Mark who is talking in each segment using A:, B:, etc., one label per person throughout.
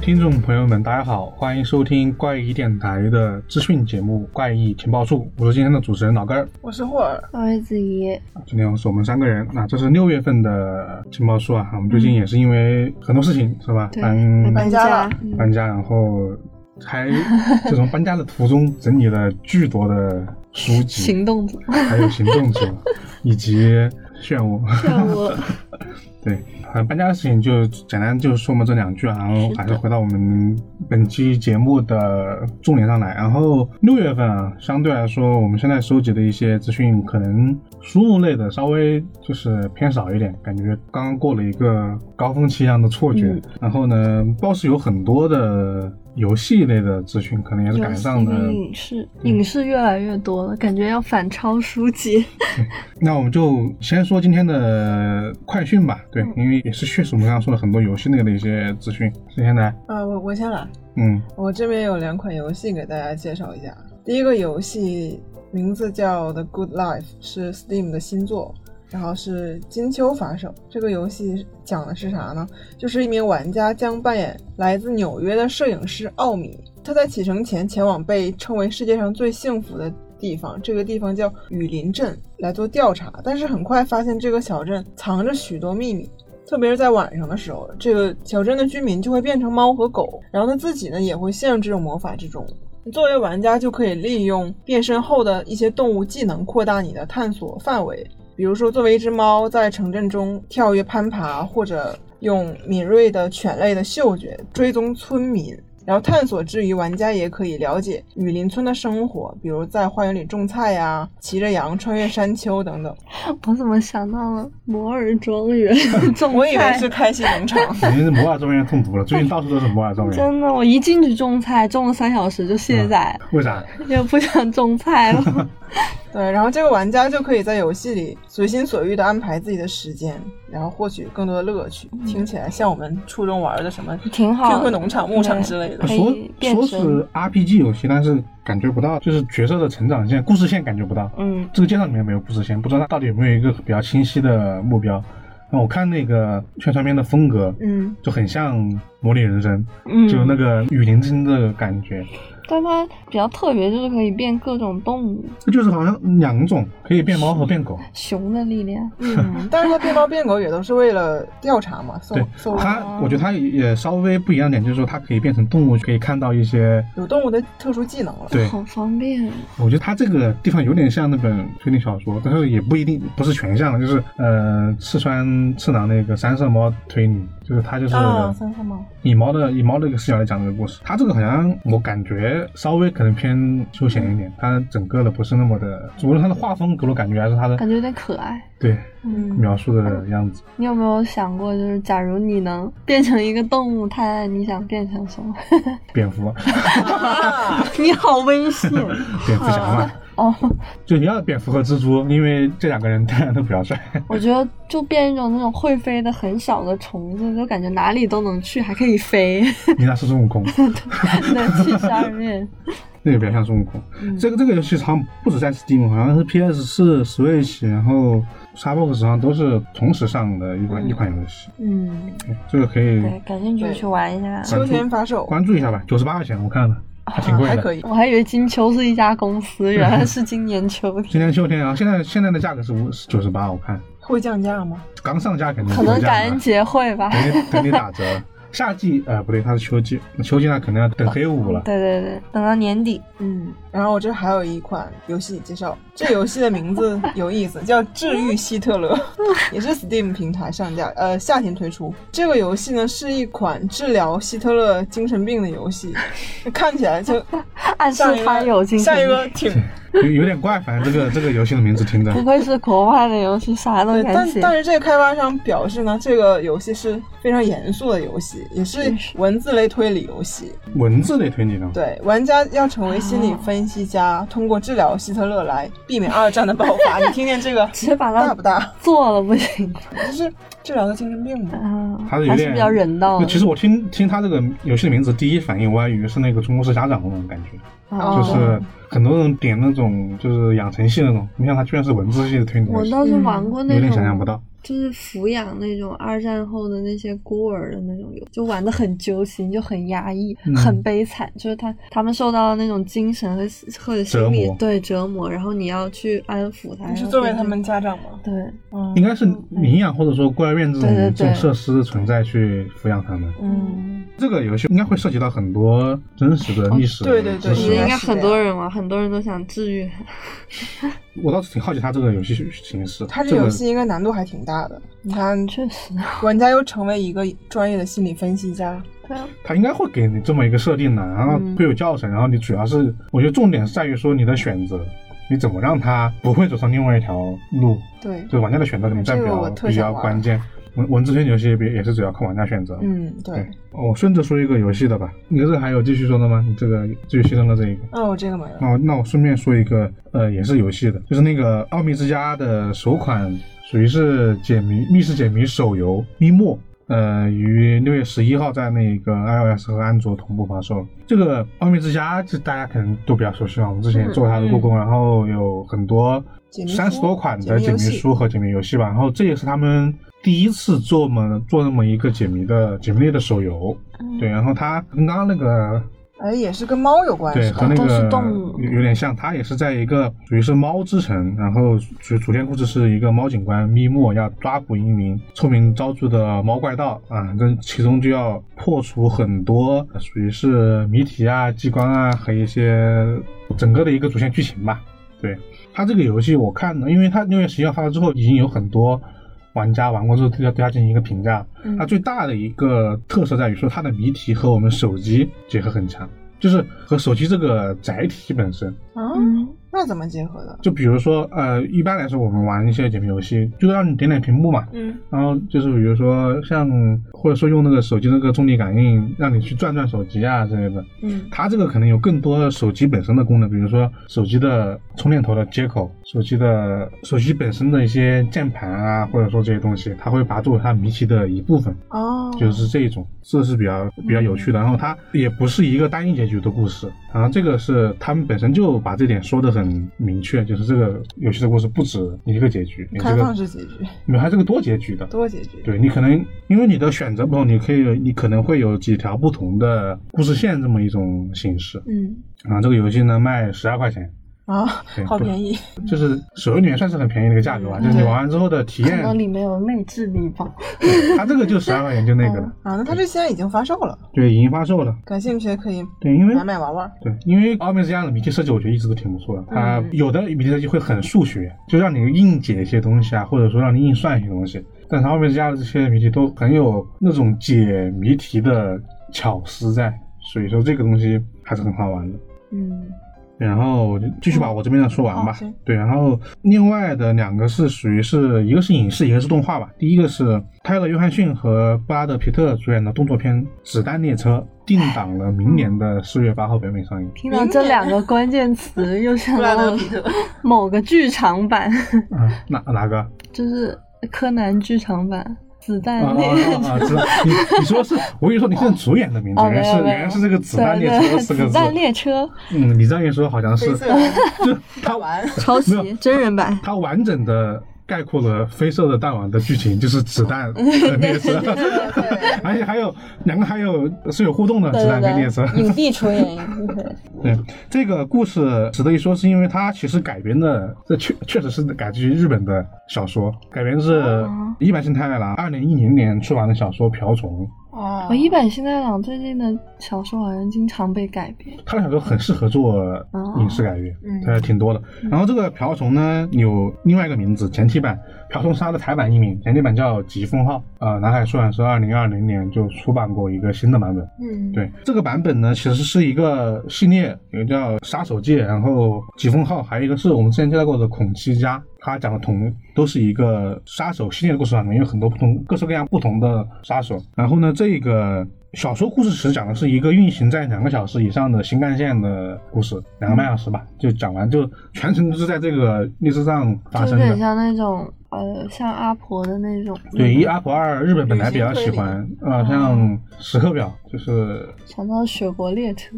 A: 听众朋友们，大家好，欢迎收听怪异电台的资讯节目《怪异情报处》，我是今天的主持人老根儿。啊
B: 我是霍尔，
C: 我是子怡，
A: 今天是我们三个人，那这是六月份的情报处啊。我们最近也是因为很多事情，是吧？
C: 对，
A: 搬
B: 搬家了
C: 嗯
A: 搬家，然后还这从搬家的途中整理了巨多的书籍，
C: 行动组，
A: 还有行动组，以及漩涡。
C: 像我，
A: 对，呃，搬家的事情就简单就是说我们这两句啊，然后还是回到我们本期节目的重点上来。然后六月份啊，相对来说我们现在收集的一些资讯，可能输入类的稍微就是偏少一点，感觉刚刚过了一个高峰期一样的错觉。
C: 嗯
A: 然后呢，BOSS 有很多的游戏类的资讯，可能也是赶上的。
C: 游戏跟影视，影视越来越多了，感觉要反超书籍。
A: 那我们就先说今天的快讯吧，对，
C: 嗯
A: 因为也是确实我们刚刚说了很多游戏类的一些资讯，谁先来？
B: 啊，我我先来，
A: 嗯，
B: 我这边有两款游戏给大家介绍一下。第一个游戏名字叫《The Good Life》，是 Steam 的新作，然后是金秋发售。这个游戏讲的是啥呢？就是一名玩家将扮演来自纽约的摄影师奥米，他在启程前前往被称为世界上最幸福的地方，这个地方叫雨林镇，来做调查。但是很快发现这个小镇藏着许多秘密，特别是在晚上的时候，这个小镇的居民就会变成猫和狗，然后他自己呢也会陷入这种魔法之中。作为玩家，就可以利用变身后的一些动物技能扩大你的探索范围。比如说，作为一只猫在城镇中跳跃攀爬，或者用敏锐的犬类的嗅觉追踪村民。然后探索之余，玩家也可以了解雨林村的生活，比如在花园里种菜呀、骑着羊穿越山丘等等。
C: 我怎么想到了摩尔庄 园种
B: 我以为
C: 菜
B: 是？开心农场。
A: 肯定是摩尔庄园痛毒 了，最近到处都是摩尔庄园，
C: 真的，我一进去种菜，种了三小时就卸载，
A: 为啥？
B: 嗯
C: 也不想种 菜了。
B: 对，然后这个玩家就可以在游戏里随心所欲地安排自己的时间，然后获取更多的乐趣。听起来像我们初中玩的什么
C: 挺好的
B: QQ 农场、牧场之类的
C: 可。以
A: 说
C: 变
A: 说
C: 身
A: 是 RPG 游戏，但是感觉不到，就是角色的成长线、故事线感觉不到。
C: 嗯，
A: 这个介绍里面没有故事线，不知道它到底有没有一个比较清晰的目标。那我看那个宣传片的风格，
B: 嗯，
A: 就很像《模拟人生》，
C: 嗯
A: 就那个雨林之心的感觉。
C: 但它比较特别，就是可以变各种动物，
A: 这就是好像两种，可以变猫和变狗。
C: 熊的力量。
B: 嗯，但是它变猫变狗也都是为了调 查嘛，搜
A: 对
B: 搜
A: 它，我觉得它也稍微不一样点，就是说它可以变成动物，可以看到一些。
B: 有动物的特殊技能了。
A: 对，
C: 好方便，
A: 我觉得它这个地方有点像那本推理小说，但是也不一定不是全像，就是呃赤川次郎那个三色猫推理，就是它就是
B: 啊，三色 猫。
A: 以猫的以猫的一个视角来讲这个故事。它这个好像我感觉稍微可能偏休闲一点，它整个的不是那么的，无论它的画风给我感觉还是它的
C: 感觉有点可爱。
A: 对
C: 嗯，
A: 描述的样子，
C: 你有没有想过，就是假如你能变成一个动物探案，你想变成什么？
A: 蝙蝠
B: 啊
C: 你好危 险
A: 蝙蝠侠嘛，
C: 哦！
A: 就你要蝙蝠和蜘蛛，因为这两个人当然都比较帅。
C: 我觉得就变一种那种会飞的很小的虫子，就感觉哪里都能去，还可以飞，
A: 你那是孙悟空。
C: 能去十二面。嗯
A: 那个比较像孙悟空。这个这个游戏好像不止在 Steam，好像是 PS 四、Switch，然后 Xbox 上都是同时上的一款、
B: 嗯
A: 一款游戏。
C: 嗯，
A: 对这个可以
C: 对，感兴趣去玩一下。
B: 秋天发售，
A: 关注一下吧，九十八块钱，我看了还挺
B: 啊
A: 贵
B: 还
A: 的。
B: 可以。
C: 我还以为金秋是一家公司，原来是今年秋 天。
A: 今年秋天啊，现在现在的价格是五九十八，我看
B: 会降价吗？
A: 刚上架肯定
C: 可
A: 是
C: 能
A: 这样的
C: 感恩节会吧。
A: 啊等你等你打折。夏季呃不对，它是秋季，那秋季那肯定要等黑五了。
C: 对对对，等到年底。
B: 嗯，然后我这还有一款游戏介绍，这游戏的名 字有意思，叫《治愈希特勒》，也是 Steam 平台上架，呃，夏天推出。这个游戏呢是一款治疗希特勒精神病的游戏，看起 来就
C: 暗示
B: 像一
C: 啊他有
B: 个
C: 精
B: 像一
C: 神病，
B: 个挺
A: 有有点怪，反正这个这个游戏的名字听着
C: 不愧是国外的游戏，啥都
B: 对，
C: 敢
B: 但
C: 写。
B: 但是这个开发商表示呢，这个游戏是非常严肃的游戏，也是
C: 真是
B: 文字类推理游戏。
A: 文字类推理呢，
B: 对，玩家要成为心
C: 哦
B: 理分析家，通过治疗希特勒 来避免二战的爆发。你听见这个
C: 直接把它
B: 大不大？
C: 做了不行，
B: 就是治疗的精神病嘛。
C: 啊，
A: 还是有
C: 还
A: 点
C: 是比较人道
A: 那
C: 的。
A: 其实我听听他这个游戏的名字，第一反应我还以为是那个《中国式家长》那种感觉，
C: 啊
A: 就
B: 哦
A: 是很多人点那种就是养成系那种，没想到它居然是文字系的推理游
C: 我
A: 戏，
C: 倒是玩过那
A: 有
C: 种，
A: 点想象不到。
C: 就是抚养那种二战后的那些孤儿的那种游，就玩的很揪心，就很压抑，
A: 嗯
C: 很悲惨。就是他他们受到那种精神和或
A: 折
C: 者心
A: 磨
C: 理对折磨，然后你要去安抚他。
B: 你是
C: 然后
B: 作为
C: 给
B: 他们家长吗？
C: 对，
B: 嗯，
A: 应该是领养或者说孤儿院这种
C: 对对对
A: 这种设施的存在去抚养他们。
B: 嗯，
A: 这个游戏应该会涉及到很多真实的历史
B: 哦对对
A: 知
B: 对
C: 我觉
A: 识
C: 得应
A: 的。
C: 该很多人玩，很多人都想治愈他。
A: 我倒是挺好奇它这个游戏形式。
B: 他这
A: 这
B: 游
A: 个
B: 戏应该难度还挺大嗯的。你看，
C: 确实，
B: 玩家又成为一个专业的心理分析家，
C: 对啊，
A: 它应该会给你这么一个设定的，然后
C: 嗯
A: 会有教程，然后你主要是，我觉得重点是在于说你的选择，你怎么让它不会走上另外一条路，
B: 对，
A: 就是玩家的选择可能占比
B: 这个
A: 较
B: 我特
A: 比
B: 想
A: 较
B: 玩
A: 关键。文文字推理游戏也比也是主要靠玩家选择。
B: 嗯，对
A: 对。，我顺着说一个游戏的吧，你这还有继续说的吗？你这个继续牺牲了这一个。
B: 哦，我这个没了。
A: 哦，那我顺便说一个，呃，也是游戏的，就是那个《奥秘之家》的首款，属于是解谜密室解谜手游《咪墨》，呃，于六月十一号在那个 iOS 和安卓同步发售。这个《奥秘之家》就大家可能都比较熟悉嘛，我们之前也做过它的故宫，然后有很多
B: 嗯解谜书
A: 三十多款的解
B: 解谜游
A: 谜
B: 戏
A: 书和解谜游戏吧，然后这也是他们第一次做么做那么一个解谜的解谜类的手游，
B: 嗯
A: 对，然后它跟刚刚那个
B: 哎，也是跟猫有关，
A: 对，
B: 是
A: 和
B: 吧？
A: 那
C: 都是
A: 个
C: 动物
A: 有有点像，它也是在一个属于是猫之城，然后主主线故事是一个猫警官咪莫要抓捕一名臭名昭著的猫怪盗啊，这其中就要破除很多属于是谜题啊、机关啊和一些整个的一个主线剧情吧。对它这个游戏，我看了，因为它六月十一号发售之后，已经有很多玩家玩过之后对它对它进行一个评价，
C: 嗯
A: 它最大的一个特色在于说，它的谜题和我们手机结合很强，就是和手机这个载体本身。
B: 啊，
C: 嗯，
B: 那怎么结合的？
A: 就比如说，呃，一般来说我们玩一些解谜游戏，就是让你点点屏幕嘛，
B: 嗯
A: 然后就是比如说像或者说用那个手机那个重力感应，让你去转转手机啊之类的。
B: 嗯
A: 它这个可能有更多手机本身的功能，比如说手机的充电头的接口、手机的手机本身的一些键盘啊，或者说这些东西，它会把它作为它谜题的一部分。
B: 哦，嗯
A: 就是这种，这是比较比较有趣的。然后它也不是一个单一结局的故事，然后这个是他们本身就把这点说的很明确，就是这个游戏的故事不止一个结局，你这
B: 开
A: 个
B: 放式结局，
A: 没有它这个多结局的。
B: 多结局。
A: 对你可能因为你的选择不同，你可以你可能会有几条不同的故事线这么一种形式。
C: 嗯，
A: 然后这个游戏呢卖十二块钱，
B: 啊，
A: 对
B: 好
A: 不
B: 便宜。
A: 就是手游里面算是很便宜的一个价格吧，
C: 嗯
A: 就是你
B: 对
A: 玩完之后的体
C: 可
A: 验
C: 能，里面有内置力吧。
A: 对它这个就十二块钱就那个了，
B: 啊，那它这现在已经发售了，
A: 对，已经发售了。
B: 感兴趣的可以
A: 对，因为
B: 买买玩玩。
A: 对，因为奥秘之家的谜题设计，我觉得一直都挺不错的。它
C: 嗯
A: 有的谜题设计会很数学，就让你硬解一些东西啊，或者说让你硬算一些东西。但是奥秘之家的这些谜题都很有那种解谜题的巧思在，所以说这个东西还是很好玩的。
C: 嗯，
A: 然后我就继续把我这边的说完吧
B: 嗯好行。
A: 对，然后另外的两个是属于是一个是影视，一个是动画吧。第一个是泰勒·约翰逊和布拉德·皮特主演的动作片《子弹列车》，定档了明年的四月八号北美上映。
C: 听到这两个关键词，又想到了
B: 特，
C: 某个剧场版， 嗯
A: 啊，哪哪个？
C: 就是柯南剧场版《子
A: 啊
C: 弹
A: 啊
C: 列车》
A: 啊啊！ 知道你你说是，我跟你说你是主演的名字，
C: 哦，
A: 原来
C: 没
A: 是
C: 有没有
A: 啊 原来是这个子弹列
C: 对
A: 车
C: 对
A: 四个
C: 子
A: 字。
C: 弹 列车
A: 嗯，你这样一说好像是
B: 黑，色的
A: 就他
B: 玩。
C: 抄
A: 没
C: 袭真人版，
A: 他完整的概括了《绯色的弹丸》的剧情，就是子 弹和列车，
B: 对
A: 而且还有两个还有是有互动的
C: 对
A: 子弹跟列车
C: 对。对，影帝 出演，对
A: 对这个故事值得一说，是因为它其实改编的，这确确实是改自于日本的小说，改编是
C: 哦
A: 一百姓太太郎二零一零年出版的小说《瓢虫》。
B: 哦
C: 我一本新太郎最近的小说好像经常被改编，
A: 他的小说很适合做影视改编，
B: 嗯
A: 它挺多的。然后这个瓢虫呢，有另外一个名字，简体版瓢虫是它的台版译名，简体版叫《疾风号》。呃，南海出版社二零二零年就出版过一个新的版本。
B: 嗯，
A: 对，这个版本呢，其实是一个系列，有一个叫《杀手界》，然后《疾风号》，还有一个是我们之前介绍过的《孔七家》，它讲的同都是一个杀手系列的故事，里面有很多不同各式各样不同的杀手。然后呢，这个。小说故事其实讲的是一个运行在两个小时以上的新干线的故事，两个半小时吧，就讲完，就全程都是在这个列车上发
C: 就
A: 生
C: 有点
A: 啊的。
C: 像那种呃，像阿婆的那种。嗯
A: 对，一阿婆二日本本来比较喜欢
B: 旅，
A: 呃，像时刻表就是
C: 想到雪国列车，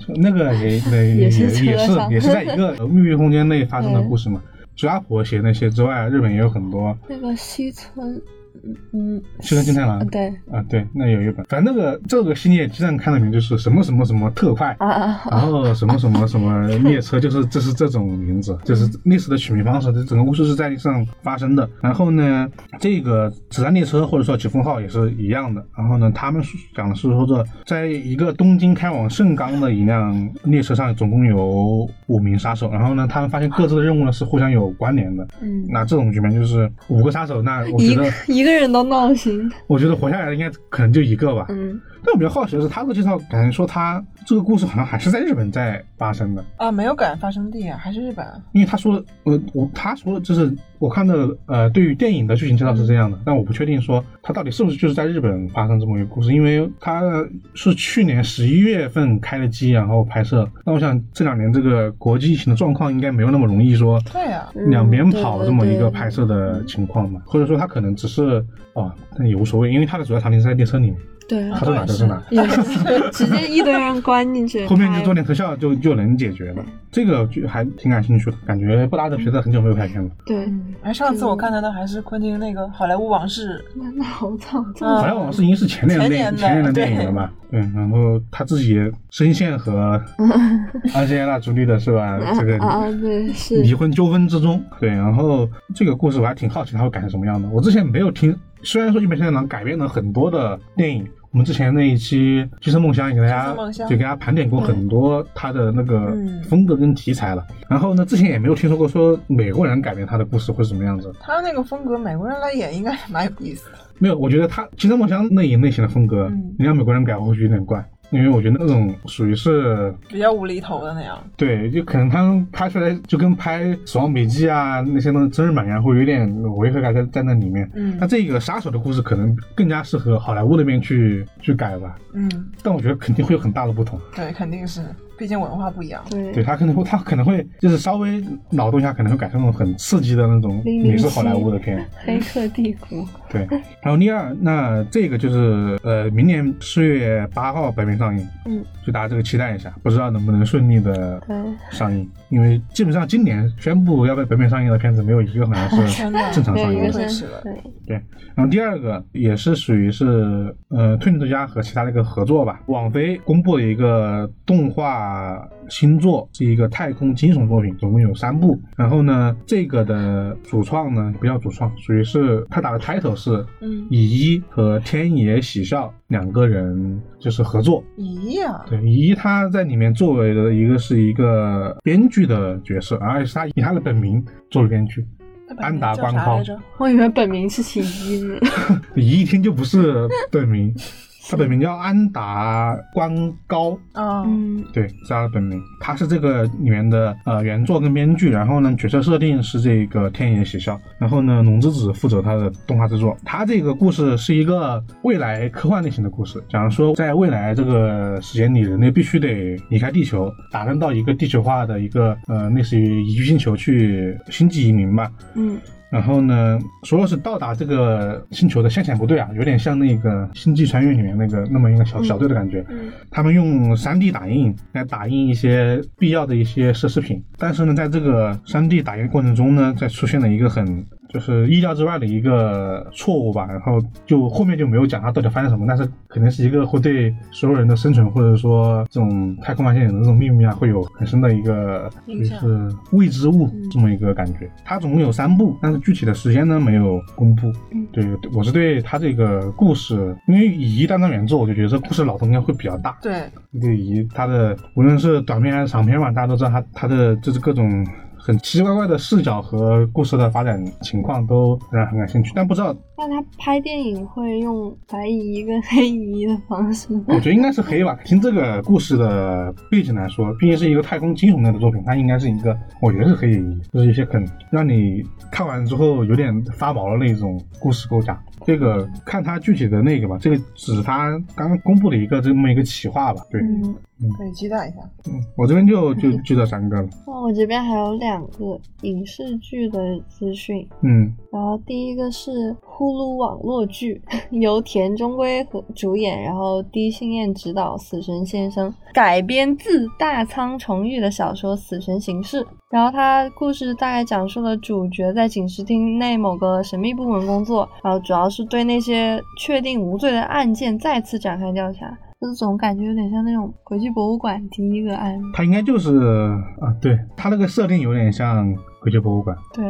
A: 就那个 也也
C: 也是
A: 也
C: 车
A: 也是
C: 上
A: 也 是在一个密闭空间内发生的故事嘛。除阿婆写那些之外，日本也有很多
C: 那个西村，嗯嗯，
A: 西村金太郎
C: 对
A: 啊，对，那有一本，反正那个这个系列基本上看的名就是什么什么什么特快，
C: 啊啊
A: 然后什么什么什么列车，就是这是这种名字，就是类似的取名方式，这整个故事是在上发生的。然后呢，这个子弹列车或者说疾风号也是一样的。啊然后呢，他们讲的是说这在一个东京开往盛冈的一辆列车上，总共有五名杀手。然后呢，他们发现各自的任务呢是互相有关联的。
C: 嗯，
A: 那这种局面就是五个杀手，那我
C: 一
A: 觉
C: 个
A: 得，
C: 一个人都闹心，
A: 我觉得活下来的应该可能就一个吧。
C: 嗯，
A: 但我比较好奇的是，他的介绍感觉说他这个故事好像还是在日本在发生的。
B: 啊，没有改发生地啊，还是日本啊？
A: 因为他说，呃，我他说就是我看的，呃，对于电影的剧情介绍是这样的，但我不确定说他到底是不是就是在日本发生这么一个故事，因为他是去年十一月份开的机，然后拍摄。那我想这两年这个国际疫情的状况应该没有那么容易说
B: 对呀、
C: 嗯
A: 两边跑这么一个拍。
C: 对对对
A: 摄的情况嘛，或者说他可能只是哦，那也无所谓，因为他的主要场景是在列车里面，
C: 嗯对，
A: 他说哪就是哪。
C: 也是直接一堆人关进去，
A: 后面就
C: 拍
A: 做点特效就就能解决了，这个就还挺感兴趣的，感觉布拉德皮特很久没有拍片了。
C: 对，
B: 嗯，哎，上次我看到的还是昆汀那个《好莱坞往事
C: 那那好惨，这
B: 嗯
C: 么
A: 好像往事已经是前年的电影，前
B: 前
A: 年
B: 年
A: 的
B: 的
A: 电影了吧？对，然后他自己深陷和安吉丽娜·朱莉的是吧？这个
C: 啊啊，对，是
A: 离婚纠纷之中。对，然后这个故事我还挺好奇它会改成什么样的。我之前没有听，虽然说《一本现场》改编了很多的电影。我们之前那一期《橘色梦乡》也给大
B: 橘色梦
A: 家
B: 乡
A: 就给大家盘点过很多它的那个
B: 嗯
A: 风格跟题材了。然后呢，之前也没有听说过说美国人改编他的故事会是什么样子。》，
B: 他那个风格，美国人来演应该蛮有意思的。
A: 没有，我觉得他《其实梦想》那一类型的风格，
B: 嗯
A: 你让美国人改或许有点怪，因为我觉得那种属于是
B: 比较无厘头的那样，
A: 对，就可能他们拍出来就跟拍《死亡笔记》啊那些东西真人版一样，会有点违和感在在那里面。
B: 嗯
A: 那这个杀手的故事可能更加适合好莱坞那边去去改吧，
B: 嗯，
A: 但我觉得肯定会有很大的不同。
B: 对，肯定是，毕竟文化不一样。
A: 对
C: 对，
A: 他可能会，他可能会就是稍微脑洞一下，可能会改成那种很刺激的那种
C: 零零
A: 美式
C: 七
A: 好莱坞的片。
C: 黑客帝国，
A: 对，然后第二，那这个就是呃，明年四月八号北美上映，
C: 嗯，
A: 就大家这个期待一下，不知道能不能顺利的
C: 对，
A: 上映，因为基本上今年宣布要在北美上映的片子没有一个好像是
B: 天 哪
A: 正常
C: 没有
A: 上
C: 一
A: 映
C: 个
A: 的。
B: 真
C: 真
B: 是的
C: 对，
A: 对，然后第二个也是属于是呃，推理作家和其他的一个合作吧，网飞公布了一个动画新作，是一个太空惊悚作品，总共有三部。然后呢，这个的主创呢，不叫主创，属于是他打的 title 是
B: 嗯，
A: 乙一和天野喜孝两个人就是合作。
B: 咦呀、
A: 对，乙一他在里面作为的一个是一个编剧的角色，而且是他以他的本名做了编剧。
B: 那本
A: 安
B: 名
A: 达
B: 叫
A: 关
B: 啥
A: 靠
B: 来着？
C: 我以为本名是其一呢，
A: 乙一听就不是本名，他本名叫安达关高。
B: 啊、
C: 嗯，
A: 对，是他的本名。他是这个里面的呃原作跟编剧，然后呢角色设定是这个天野喜孝，然后呢龙之子负责他的动画制作。他这个故事是一个未来科幻类型的故事，讲说在未来这个时间里，人类必须得离开地球，打算到一个地球化的一个呃类似于宜居星球去星际移民吧。
C: 嗯，
A: 然后呢，所有是到达这个星球的先遣部队啊，有点像那个《星际穿越》里面那个那么一个小小队的感觉。
C: 嗯
A: 他们用 3D 打印来打印一些必要的一些奢侈品，但是呢，在这个 3D 打印的过程中呢，再出现了一个很就是意料之外的一个错误吧，然后就后面就没有讲它到底发生什么，但是肯定是一个会对所有人的生存或者说这种太空发现人的这种秘密啊，会有很深的一个就
B: 影响
A: 是未知物这么一个感觉。它总共有三部，但是具体的时间呢没有公布。对，我是对他这个故事，因为以一单张原作，我就觉得这故事脑洞应该会比较大。
B: 对，
A: 对于他的无论是短片还是长片嘛，大家都知道他他的就是各种很奇奇怪怪的视角和故事的发展情况都让人很感兴趣，但不知道，
C: 那他拍电影会用白移跟黑移的方式吗？
A: 我觉得应该是黑吧。听这个故事的背景来说，毕竟是一个太空惊悚类的作品，它应该是一个，我觉得是黑影，就是一些很让你看完之后有点发毛的那种故事构架。这个看它具体的那个吧，这个只是它刚刚公布的一个这么一个企划吧。对，
C: 嗯，
B: 可以期待一下。
A: 嗯我这边就就就这三个了。
C: 那我这边还有两个影视剧的资讯，
A: 嗯，
C: 然后第一个是呼噜网络剧， 由田中圭和主演，然后低信彦执导《死神先生》，改编自大仓重裕的小说《死神形式》。然后它故事大概讲述了主角在警视厅内某个神秘部门工作，然后主要是对那些确定无罪的案件再次展开调查。就是总感觉有点像那种《诡计博物馆》第一个案，
A: 它应该就是啊，对，它那个设定有点像《回去博物馆》。
C: 对，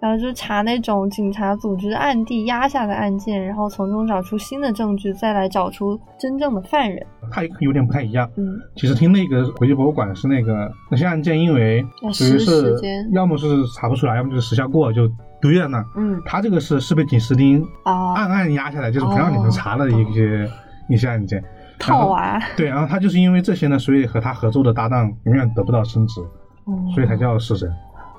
C: 然后就查那种警察组织暗地压下的案件，然后从中找出新的证据，再来找出真正的犯人。
A: 它有点不太一样。
C: 嗯，
A: 其实听那个回去博物馆是那个那些案件，因为
C: 要
A: 属于
C: 哦实
A: 是
C: 时间
A: 要么是查不出来，要么就是时效过了就堆在那儿。
C: 嗯
A: 他这个是是被警视厅
C: 啊，
A: 暗暗压下来，就是不让你们查的一
C: 哦
A: 些、一些案件。
C: 套娃，
A: 对，然后他就是因为这些呢，所以和他合作的搭档永远得不到升职，
C: 嗯
A: 所以才叫死神。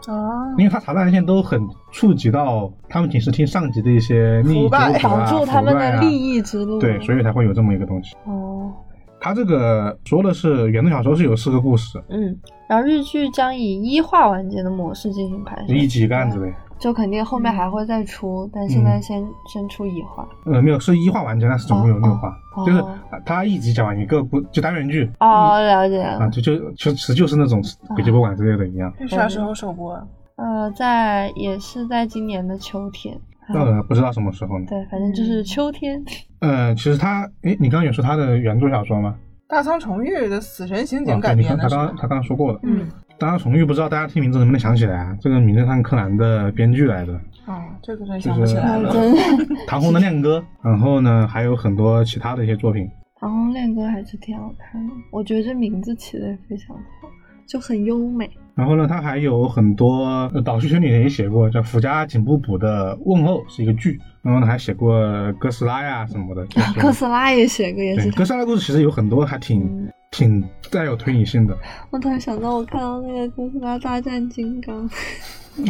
B: 啊
A: 因为他查的案件都很触及到他们警视厅上级的一些利益
B: 腐
A: 纠
B: 败
A: 葛
C: 挡
A: 啊、
C: 住他们的利
A: 益，
C: 益之路。
B: 嗯
A: 对，所以才会有这么一个东西。
C: 哦，
A: 他这个说的是原著小说是有四个故事，
C: 嗯。然后日剧将以一话完结的模式进行拍
B: 嗯
C: 摄，
A: 一集一个案子呗。
C: 就肯定后面还会再出，但
A: 嗯
C: 现在先先出一话。
A: 呃，没有，是一话完结，但是总共有六话，
C: 哦
A: 就是
C: 哦
A: 他一集讲完一个不就单元剧
C: 哦，了解
B: 嗯
A: 啊，
C: 了。
A: 就就其实就是那种鬼节博物馆之类的一样。
B: 这啥时候首播啊？
C: 呃，在也是在今年的秋天，
B: 嗯
A: 呃，不知道什么时候呢。
C: 对，反正就是秋天。
A: 呃，其实他，诶，你刚刚有说他的原著小说吗？
B: 大仓重裕的《死神刑警
A: 啊》
B: 改
A: 对你
B: 编
A: 刚他
B: 的是
A: 刚
B: 吧
A: 他刚刚说过了。
B: 嗯，
A: 当然，重遇不知道大家听名字能不能想起来啊？这个《名侦探柯南》的编剧来的，
B: 啊，这个真
A: 就
B: 想不
A: 是
B: 起来
C: 嗯
B: 了。
C: 真的。
A: 唐 红的亮哥，然后呢，还有很多其他的一些作品。
C: 然后恋歌还是挺好看的，我觉得这名字起的也非常好，就很优美。
A: 然后呢，他还有很多呃岛须宣里也写过，叫福家警部补的《问候》是一个剧，然后呢还写过《哥斯拉》呀什么的。就是
C: 啊哥斯拉也写过，也
A: 对，
C: 是。嗯
A: 哥斯拉故事其实有很多还挺挺带有推理性的
C: 我突然想到，我看到那个哥斯拉大战金刚，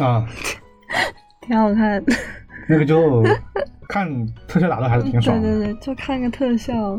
A: 啊，
C: 挺好看的。
A: 那个就看特效打斗还是挺
C: 对
A: 爽
C: 对
A: 的。
C: 对，就看个特效。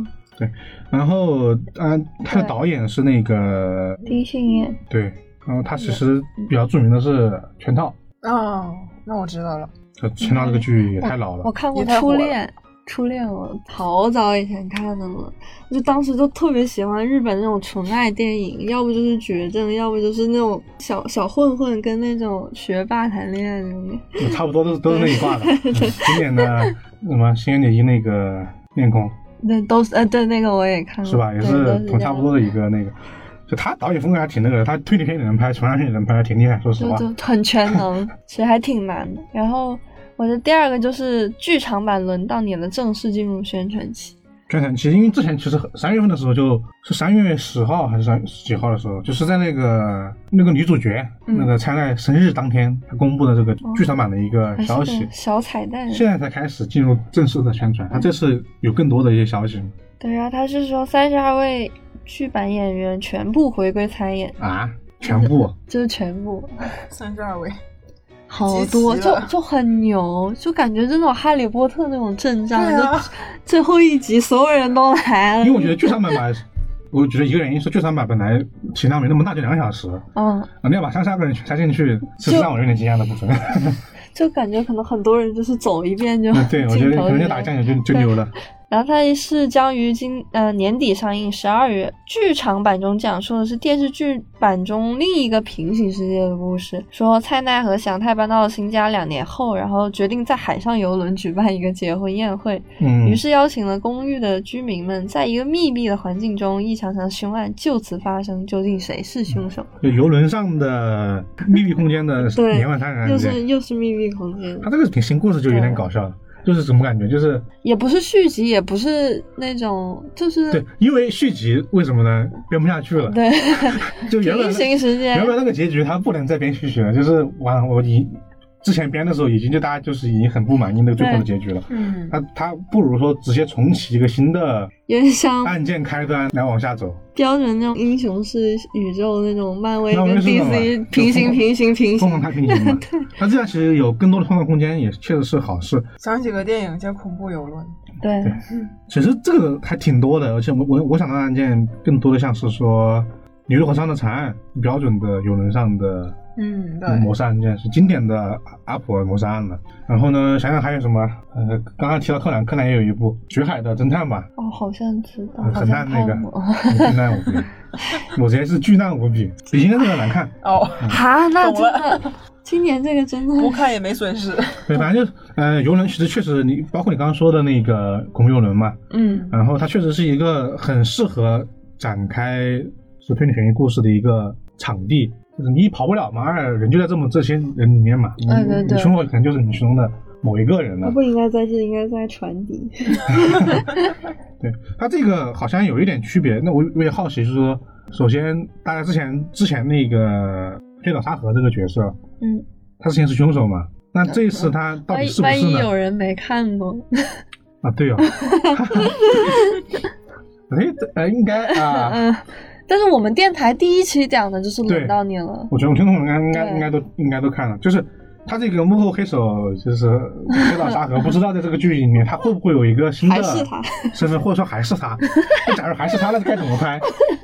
A: 然后啊，他的
C: 对
A: 导演是那个
C: 第一信念，
A: 对，然后他其实比较著名的是全套，
B: 啊，那我知道了。
A: 呃全套这个剧也太老
C: 我
A: 了，
C: 看过
B: 也
C: 《
B: 太
C: 初
B: 火了
C: 恋》，《初恋》我好早以前看的了，我就当时就特别喜欢日本那种纯爱电影，要不就是绝症，要不就是那种小小混混跟那种学霸谈恋爱那种感觉。
A: 也差不多都是都是那一 挂的。嗯经典的什么《新垣结衣》那个面孔
C: 那都是呃，对那个我也看过，
A: 是吧？也
C: 对都
A: 是
C: 是
A: 同差不多
C: 的，
A: 的一个那个。就他导演风格还挺那个的，他推理片也能拍，纯爱片也能拍，挺厉害。说实
C: 就
A: 话，
C: 就很全 能，其实还挺难的。然后我的第二个就是剧场版轮到你了，正式进入宣传期。
A: 宣传期，因为之前其实很三月份的时候就，是三月十号还是三几号的时候，就是在那个那个女主角、
C: 嗯
A: 那个参赛生日当天，她公布的这个
C: 哦
A: 剧场版的一个
C: 还是
A: 消
C: 个
A: 息，
C: 小彩蛋，
A: 现在才开始进入正式的宣传。她这次有更多的一些消息
C: 对，然后他是说三十二位剧版演员全部回归参演，
A: 啊，全部
C: 就是全部，
B: 三十二位，
C: 好
B: 集齐
C: 多，就
B: 了
C: 就很牛，就感觉这种哈利波特那种阵仗，
B: 对啊
C: 就最后一集所有人都来了，
A: 因为我觉得剧场版吧，我觉得一个原因是剧场版本来体量没那么大，就两个小时，
C: 嗯，
A: 啊，你要把三十二个人全塞进去，这是让我有点惊讶的部分。
C: 就感觉可能很多人就是走一遍就
A: 啊对，我觉
C: 镜
A: 得
C: 头
A: 可能
C: 就
A: 就打酱油就就牛了。
C: 然后它是将于今呃年底上映，十二月。剧场版中讲述的是电视剧版中另一个平行世界的故事，说蔡奈和祥太搬到了新家两年后，然后决定在海上游轮举办一个结婚宴会，
A: 嗯
C: 于，是邀请了公寓的居民们，在一个密闭的环境中，一场场凶案就此发生，究竟谁是凶手？
A: 就游轮上的密闭空间的
C: 对
A: 连环杀人案
C: 又
A: 件。
C: 是又是密闭空间，
A: 他这个挺新故事就有点搞笑了。就是什么感觉？就是
C: 也不是续集，也不是那种，就是
A: 对，因为续集为什么呢？编不下去了，
C: 对，
A: 就原本
C: 平行时间
A: 原本那个结局他不能再编续集了，就是完我已之前编的时候已经就大家就是已经很不满意那个最后的结局了，
D: 嗯，
A: 他他不如说直接重启一个新的
C: 有点像
A: 案件开端来往下走，
C: 标准那种英雄式宇宙那种漫威
A: 漫威
C: 跟
A: 是那种
C: DC
A: 就
C: 平行
A: 疯狂疯
C: 平行平
A: 狂
C: 行，
A: 开平行 嘛。那这样其实有更多的创造空间，也确实是好事。
B: 想起个电影叫《恐怖游轮》，
C: 对
A: 对其实这个还挺多的，而且我我我想到的案件更多的像是说女火上的惨案，标准的游轮上的
D: 嗯，
B: 对，
A: 谋杀案件是经典的阿阿婆谋杀案了。然后呢，想想还有什么？呃，刚刚提到柯南，柯南也有一部《徐海的侦探》吧，
C: 哦，好像知道，
A: 很呃
C: 好
A: 很
C: 像
A: 烂那
C: 看
A: 个
C: 过。，
A: 巨烂无 比。我直接是巨烂无比，比今天这个难看。
B: 哦，
C: 哈，那
B: 懂
C: 真的，今年这个真的
B: 不看也没损失。
A: 对，反正就是呃，游轮其实确实你包括你刚刚说的那个恐怖游轮嘛，
D: 嗯，
A: 然后它确实是一个很适合展开是推理悬疑故事的一个场地。就是你一跑不了嘛，二人就在这么这些人里面嘛，你
C: 嗯对对
A: 你凶手可能就是你其中的某一个人了
C: 他。不应该在这，应该在船底。
A: 对，它这个好像有一点区别。那我我也好奇，就是说，首先大家之前之前那个黑岛沙和这个角色，
C: 嗯，
A: 他之前是凶手嘛？那这一次他 到
C: 万
A: 底
C: 一
A: 是不
C: 万
A: 是
C: 一
A: 呢？
C: 有人没看过，
A: 啊，对 哦。哎，这呃，应该啊。
C: 嗯，但是我们电台第一期讲的就是轮
A: 对
C: 到你了，
A: 我觉得我听众应该应该
C: 对
A: 应该都应该都看了，就是他这个幕后黑手就是黑岛沙和，不知道在这个剧里面他会不会有一个新的
C: 还是他
A: 身份，或者说还是他？那假如还是他，那该怎么拍？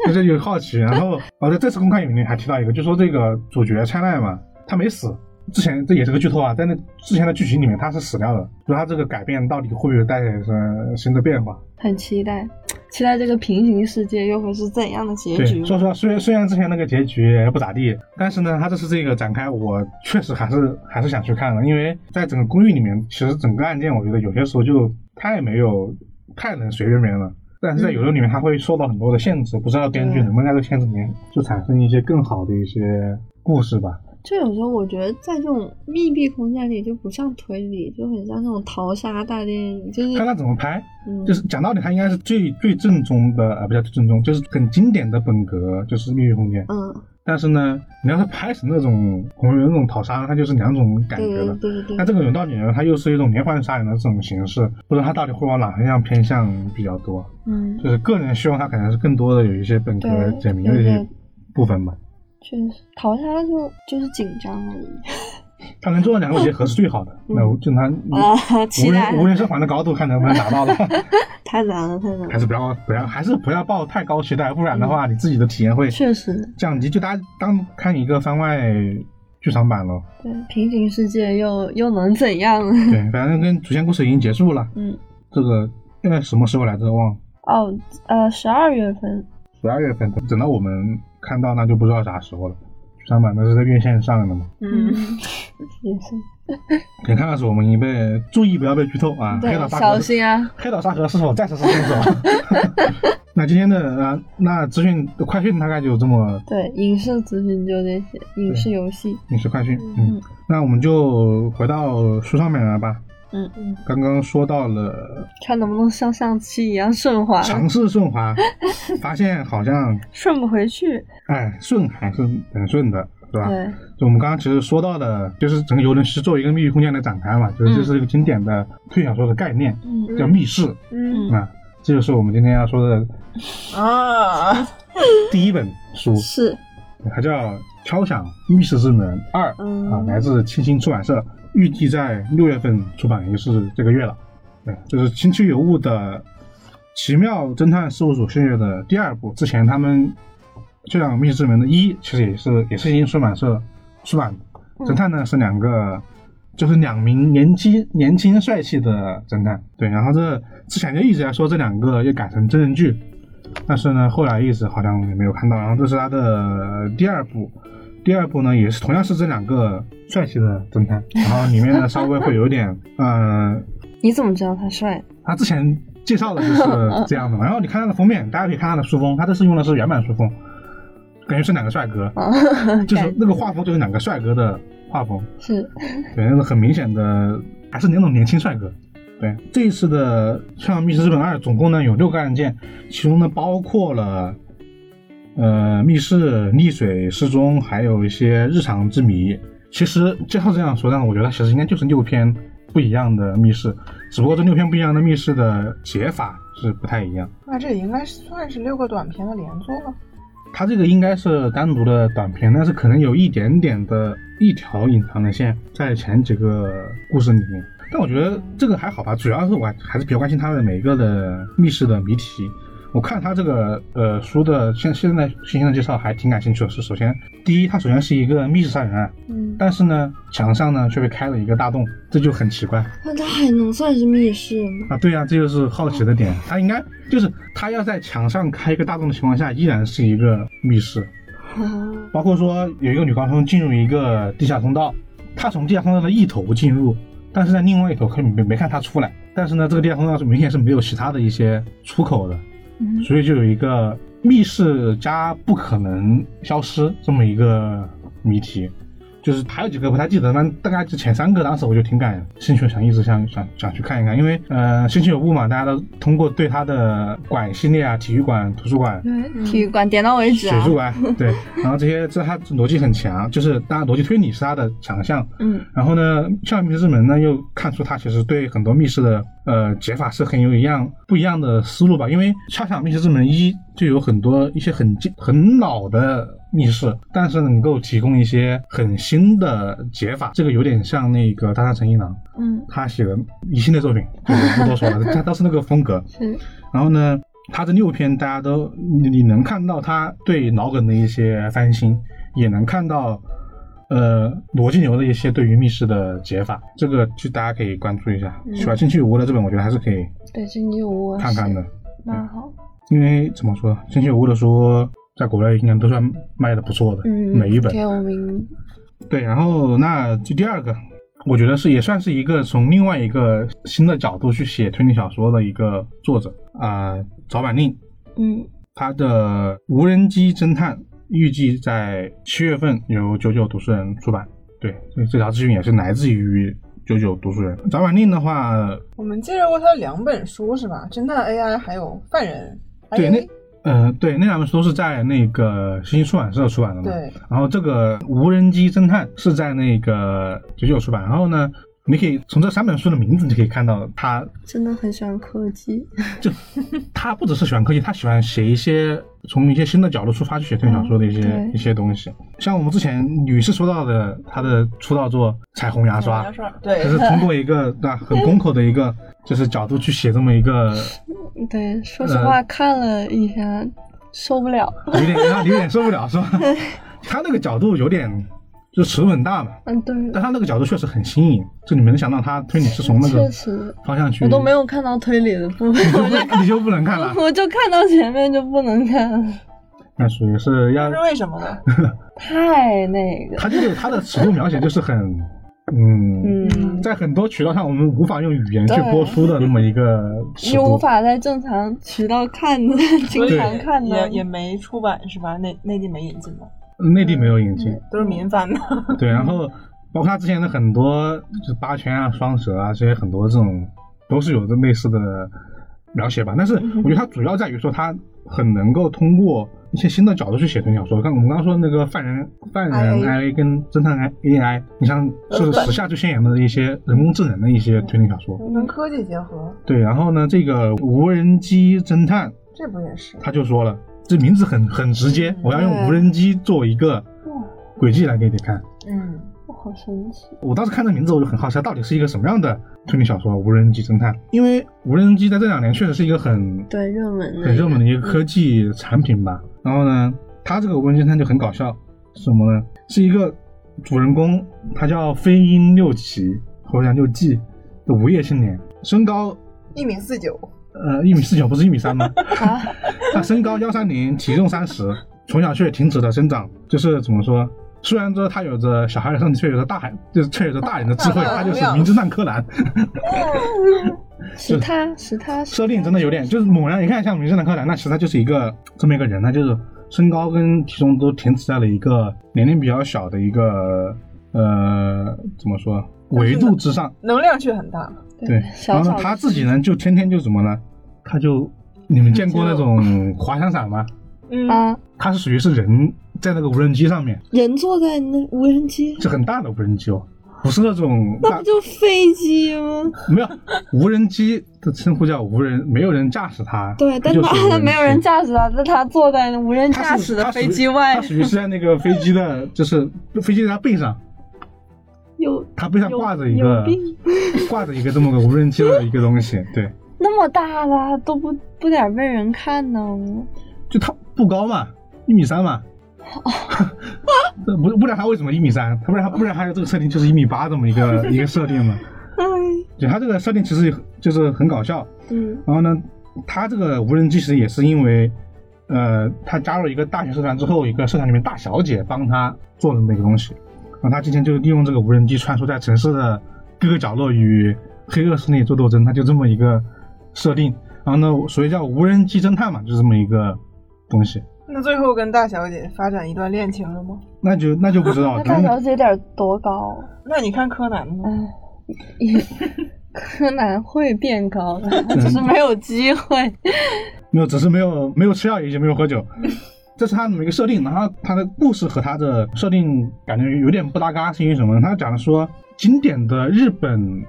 A: 就是有好奇。然后我在这次公开影里还提到一个，就说这个主角灿烂嘛，他没死。之前这也是个剧透啊，在那之前的剧情里面他是死掉的，就他这个改变到底会不会带来什么新的变化？
C: 很期待，期待这个平行世界又会是怎样的结
A: 对，
C: 局。
A: 说实话，虽然虽然之前那个结局不咋地，但是呢，他这次这个展开，我确实还是还是想去看的，因为在整个公寓里面，其实整个案件，我觉得有些时候就太没有太能随便编了。但
C: 嗯
A: 是在游轮里面，它会受到很多的限制，不知道编剧能不能在这个限制里面就产生一些更好的一些故事吧。
C: 就有时候我觉得在这种密闭空间里就不像推理，就很像那种淘沙大电影，就是
A: 看他怎么拍，
C: 嗯，
A: 就是讲道理，它应该是最最正宗的，呃，不叫最正宗，就是很经典的本格，就是密闭空间。
C: 嗯，
A: 但是呢，你要是拍成那种红人那种淘沙，它就是两种感
C: 对
A: 觉了
C: 对。对对
A: 那这
C: 对，
A: 个人道女人，她又是一种连环杀人的这种形式，不知道她到底会往哪方向偏向比较多。
C: 嗯，
A: 就是个人希望她可能是更多的有一些本格
C: 对
A: 解谜的一
C: 对
A: 些
C: 对
A: 部分吧。
C: 确实淘沙就就是紧张而已
A: 她能做到两个结合是最好的。那我就拿
C: 啊，嗯 期
A: 嗯无
C: 待
A: 人无人生还的高度看能不能达到了，
C: 太难了太难
A: 还
C: 了，
A: 是不要不要，还是不要抱太高期待，不然的话
C: 嗯
A: 你自己的体验会
C: 确实
A: 降低。就大家当看一个番外剧场版咯。
C: 对平行世界又又能怎样？
A: 对，反正跟主线故事已经结束了。
C: 嗯，
A: 这个现在什么时候来着？忘了。
C: 哦，呃，十二月份，
A: 十二月份，等到我们看到那就不知道啥时候了。剧场版都是在院线上的嘛，
D: 嗯，
C: 也是，
A: 可以看到是我们已经被注意不要被剧透啊。黑岛
C: 对，
A: 沙
C: 小
A: 河，
C: 心啊，
A: 黑岛沙河是否再次是凶手？ 那今天的啊，那资讯快讯大概就这么，
C: 对，影视资讯就这些，影视游戏，
A: 影视快讯。嗯
C: 嗯，
A: 那我们就回到书上面来吧。
C: 嗯
A: 嗯，刚刚说到了
C: 看能不能像上期一样顺滑，
A: 尝试顺 滑，发现好像
C: 顺不回去，
A: 哎顺还是很顺的，是吧？
C: 对，
A: 就我们刚刚其实说到的，就是整个游轮是作为一个密闭空间来展开嘛，就是这是一个经典的推理小说的概念，
C: 嗯
A: 叫密室
B: 嗯
A: 啊。这就是我们今天要说的
B: 啊，
A: 第一本书，
C: 是，
A: 它叫《敲响密室之门二》
C: 嗯
A: 啊，来自清新出版社，预计在六月份出版，也就是这个月了。对，就是青区有物的奇妙侦探事务所系列的第二部，之前他们就像《密室之门》的一，其实也是也是新出版社出版的。侦探呢是两个，就是两名年轻年轻帅气的侦探。对，然后这之前就一直在说这两个要改成真人剧，但是呢后来一直好像也没有看到。然后这是他的第二部，第二部呢也是同样是这两个帅气的侦探，然后里面呢稍微会有点呃
C: 你怎么知道他帅？
A: 他之前介绍的就是这样的嘛。然后你看他的封面，大家可以看他的书封，他这次用的是原版书封，感觉是两个帅哥，
C: 啊，
A: 就是那个画风就是两个帅哥的画风，
C: 是，
A: 对，那个很明显的还是那种年轻帅哥。对，这一次的《向往密室日本二》总共呢有六个案件，其中呢包括了呃密室、溺水、失踪，还有一些日常之谜。其实就要这样说，但我觉得其实应该就是六篇不一样的密室，只不过这六篇不一样的密室的解法是不太一样。
B: 那这应该算是六个短片的连作了。
A: 它这个应该是单独的短片，但是可能有一点点的一条隐藏的线在前几个故事里面。但我觉得这个还好吧，主要是我还是比较关心它的每一个的密室的谜题。我看它这个呃书的现现在现在介绍还挺感兴趣的是，首先第一，它首先是一个密室杀人案，
C: 嗯，
A: 但是呢墙上呢却被开了一个大洞，这就很奇怪。
C: 那它还能算是密室吗？
A: 啊，对呀、这就是好奇的点。它应该就是它要在墙上开一个大洞的情况下，依然是一个密室。
C: 啊，
A: 包括说有一个女高中进入一个地下通道，她从地下通道的一头进入，但是在另外一头可以没没看她出来。但是呢，这个地下通道是明显是没有其他的一些出口的，
C: 嗯
A: 所以就有一个密室加不可能消失这么一个谜题。就是还有几个不太记得，但大概就前三个，当时我就挺感兴趣，想一直想想想去看一看，因为呃，兴趣有不满，大家都通过对它的馆系列啊、体育馆、图书馆
C: 对，体育馆点到为
A: 水
C: 止啊
A: 族。馆，对，然后这些这它逻辑很强，就是它逻辑推理是它的强项。
C: 嗯，
A: 然后呢，像密室之门呢，又看出它其实对很多密室的呃解法是很有一样不一样的思路吧。因为恰恰密室之门一就有很多一些很近很老的密室，但是能够提供一些很新的解法，这个有点像那个大山诚一郎
C: 嗯，
A: 他写的一系列作品，就我不多说了，他都是那个风格。
C: 是，
A: 然后呢，他这六篇大家都你你能看到他对脑梗的一些翻新，也能看到呃逻辑牛的一些对于密室的解法，这个就大家可以关注一下。
C: 嗯
A: 喜欢《进去无的这本，我觉得还是可以
C: 对，经济无
A: 看看的，，
C: 蛮好。
A: 因为怎么说，《进去无的书在国内应该都算卖的不错的，
C: 嗯，
A: 每一本。
C: 给我们
A: 对，然后那就第二个，我觉得是也算是一个从另外一个新的角度去写推理小说的一个作者啊、呃早坂令。
C: 嗯
A: 他的《无人机侦探》预计在七月份由九九读书人出版。对，这这条资讯也是来自于九九读书人。早晚令的话，
B: 我们介绍过他的两本书是吧？侦探 AI 还有犯人。
A: 对
B: IA
A: 那呃，对那两本书是在那个新星出版社出版的嘛？
B: 对，
A: 然后这个《无人机侦探》是在那个九九出版。然后呢，你可以从这三本书的名字就可以看到他
C: 真的很喜欢科技。
A: 他不只是喜欢科技，他喜欢写一些从一些新的角度出发去写推理小说的一些、
C: 嗯对
A: 一些东西。像我们之前女士说到的，她的出道作《彩虹牙刷
B: 牙》，刷。
A: 就
B: 对，
A: 是通过一个那很公口的一个就是角度去写这么一个
C: 对，说实话，看了一下受不了。
A: 有点让你有点受不了是吧？ 他那个角度有点就尺度很大嘛，
C: 嗯，对，
A: 但他那个角度确实很新颖，就你没能想到他推理是从那个
C: 确实，
A: 方向去，
C: 我都没，有看到推理的部分
A: 你，就
C: 我就，
A: 不你就不能看了
C: 我就看到前面就不能看了，
A: 那属于是要
B: 这是为什 么呢？
C: 太那个。
A: 他这个他的尺度描写就是很嗯。
C: 嗯，
A: 在很多渠道上，我们无法用语言去
C: 对
A: 播出的那么一个尺
C: 又无
A: 度。
C: 法在正常渠道看的，经常看
B: 也
C: 的，
B: 也没出版是吧？内内地没引进吧？
A: 内地没有引进，
B: 都是民翻的。
C: 嗯
A: 对，然后包括他之前的很多就是八圈啊、双蛇啊这些很多这种，都是有着类似的描写吧。但是
C: 嗯
A: 我觉得它主要在于说，它很能够通过一些新的角度去写推理小说。看我们刚刚说的那个犯人、犯人
B: AI
A: I 跟侦探 AI，你像
C: 呃
A: 是时下最先沿的一些人工智能的一些推理小
C: 嗯
A: 说。
B: 跟科技结合，
A: 对，然后呢，这个无人机侦探
B: 这不也是？
A: 他就说了，这名字很很直接，我要用无人机作为一个轨迹来给你看。
B: 嗯，
C: 哇好神奇。
A: 我当时看这名字，我就很好奇，它到底是一个什么样的推理小说《无人机侦探》？因为无人机在这两年确实是一个很
C: 对，热门啊的，
A: 很热门的一个科技产品吧。然后呢，它这个无人机侦探就很搞笑，是什么呢？是一个主人公，他叫飞鹰六骑，或者叫六纪的无业青年，身高
B: 一米四九，
A: 呃一米四九，不是一米 三吗？
C: 啊，
A: 他身高幺三零，体重三十，从小却停止了生长，就是怎么说？虽然说他有着小孩的身体，却有着大孩，就是却有着大人的智 慧，他就是名侦探柯南。
C: 是他是他是
A: 设定真的有点，就是猛然一看像名侦探柯南，那其实他就是一个这么一个人，他就是身高跟体重都停止在了一个年龄比较小的一个呃怎么说维度之上，
B: 能量却很大。
A: 对，
C: 小
A: 然
C: 小
A: 后
C: 的
A: 他自己呢就天天就怎么呢？他就你们见过那种滑翔伞吗？
B: 嗯，
C: 啊，
A: 他是属于是人在那个无人机上面，
C: 人坐在那无人机，
A: 是很大的无人机哦，不是那种
C: 那
A: 大
C: 不就飞机吗？
A: 没有无人机的称呼叫无人，没有人驾驶它，
C: 对，
A: 它
C: 但
A: 就是无
C: 那没有人
A: 机。
C: 驾驶啊，那他坐在无人
A: 它
C: 驾
A: 是
C: 驶的飞机外
A: 它，属于它属于是在那个飞机的，就是飞机在它背上，
C: 有
A: 它背上
C: 有
A: 挂着一
C: 有
A: 个
C: 病，
A: 挂着一个这么个无人机的一个东西，对，
C: 那么大了都不不点被人看呢？
A: 就它不高嘛，一米三嘛。 这不不然它为什么一米三？它不然它不然它的这个设定就是一米八这么一个一个设定嘛？
C: 哎，
A: 对，它这个设定其实就是很搞笑。
C: 嗯
A: 然后呢，它这个无人机其实也是因为，呃，他加入一个大学社团之后，一个社团里面大小姐帮他做了这么一个东西。然后他今天就利用这个无人机穿梭在城市的各个角落，与黑恶势力做斗争，他就这么一个设定。然后呢，所以叫无人机侦探嘛，就这么一个东西。
B: 那最后跟大小姐发展一段恋情了吗？
A: 那就那就不知道 了，
C: 那大
A: 等
C: 小姐得多高？啊
B: 那你看柯南呢？
C: 哎，柯南会变高的， 只是没有机会。
A: 没有，只是没有没有吃药，也就没有喝酒。 这是他的一个设定，然后他的故事和他的设定感觉有点不搭嘎，是因为什么呢？他讲的说经典的日本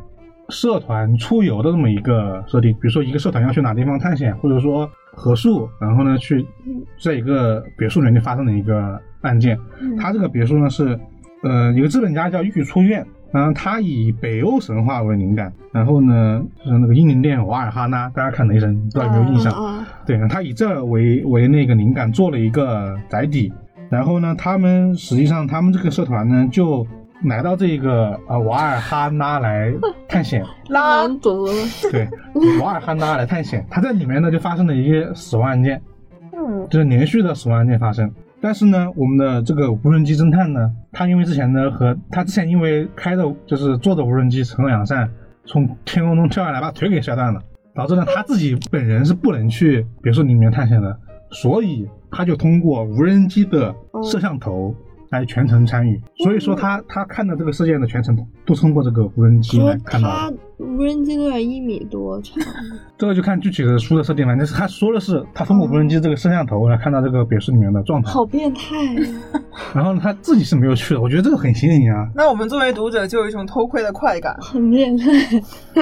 A: 社团出游的这么一个设定，比如说一个社团要去哪地方探险，或者说合宿，然后呢去在一个别墅里面发生的一个案件。他这个别墅呢是，呃，有个资本家叫玉出院，然后他以北欧神话为灵感，然后呢就是那个英灵殿瓦尔哈拉， 大家看雷神不知道有没有印象？
C: 啊，
A: 对，他以这为为那个灵感做了一个载体，然后呢，他们实际上他们这个社团呢就来到这个呃瓦尔哈拉来探险，
B: 拉，
C: 难得了。
A: 对，瓦尔哈拉来探险，他在里面呢就发生了一些死亡案件，
C: 嗯
A: 就是连续的死亡案件发生。但是呢，我们的这个无人机侦探呢，他因为之前呢和他之前因为开的就是坐的无人机乘两扇从天空中跳下来，把腿给摔断了，导致呢他自己本人是不能去别墅里面探险的，所以他就通过无人机的摄像头来全程参与。所以说他他看的这个事件的全程都通过这个无人机
C: 哦说
A: 来看到嗯的
C: 他。无人机都有一米多长，
A: 这个就看具体的书的设定了，但是他说的是他通过无人机这个摄像头来看到这个别墅里面的状态。
C: 好变态啊！
A: 然后呢，他自己是没有去的，我觉得这个很新颖啊
B: 那我们作为读者就有一种偷窥的快感。
C: 很变态。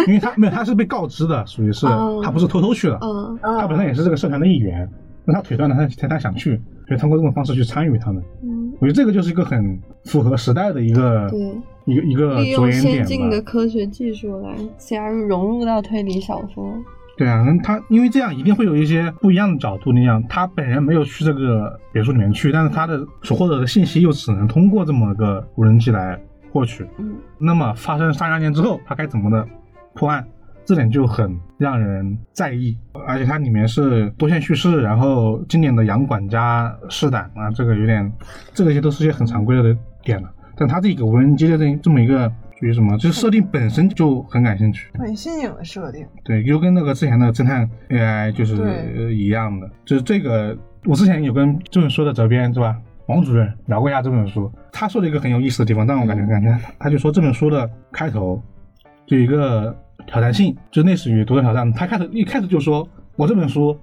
A: 因为他没有，他是被告知的，属于是
C: 哦
A: 他不是偷偷去的，
C: 嗯，
B: 啊
A: 他本身也是这个社团的一员，那他腿断了，他他他想去，所以通过这种方式去参与他们，
C: 嗯，
A: 我觉得这个就是一个很符合时代的一个
C: 对。
A: 一个一个
C: 利
A: 着
C: 用
A: 眼
C: 先
A: 呃点
C: 进的
A: 吧。
C: 科学技术来加入融入到推理小说。
A: 对啊，那他因为这样一定会有一些不一样的角度，那样他本人没有去这个别墅里面去，但是他的所获得的信息又只能通过这么个无人机来获取，
C: 嗯，
A: 那么发生杀人案件之后，他该怎么的破案，这点就很让人在意。而且它里面是多线叙事，然后经典的洋管家试胆啊，这个有点，这个些都是些很常规的点了。但他这个无人机的这这么一个属于什么，就是设定本身就很感兴趣。
B: 很新颖的设 定，
A: 对，就跟那个之前的侦探 AI 就是
B: 对
A: 呃一样的，就是这个，我之前有跟这本书的责编是吧，王主任聊过一下这本书，他说了一个很有意思的地方，但我感觉感觉他就说这本书的开头就有一个挑战性，就类似于读者挑战，他开头一开始就说我这本书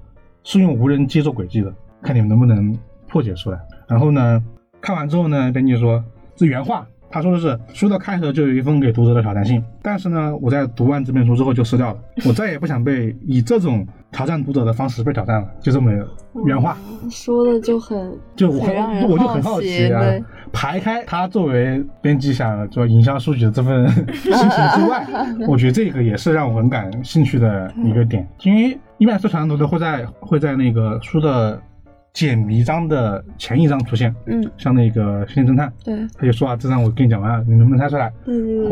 A: 是用无人机做轨迹的，看你们能不能破解出来。然后呢，看完之后呢，编辑说这原话，他说的是书的开头就有一封给读者的挑战信，但是呢，我在读完这本书之后就撕掉了，我再也不想被以这种挑战读者的方式被挑战了，就这么原话。
C: 嗯说的就很
A: 就我
C: 很让人
A: 我就很好奇啊
C: 对，
A: 排开他作为编辑想做营销数据的这份 心情之外，我觉得这个也是让我很感兴趣的一个点，因为一般来说，长读者会在会在那个书的简迷章的前一章出现，
C: 嗯，
A: 像那个《心灵侦探》，
C: 对
A: 他就说啊，这章我跟你讲完了，你能不能猜出来？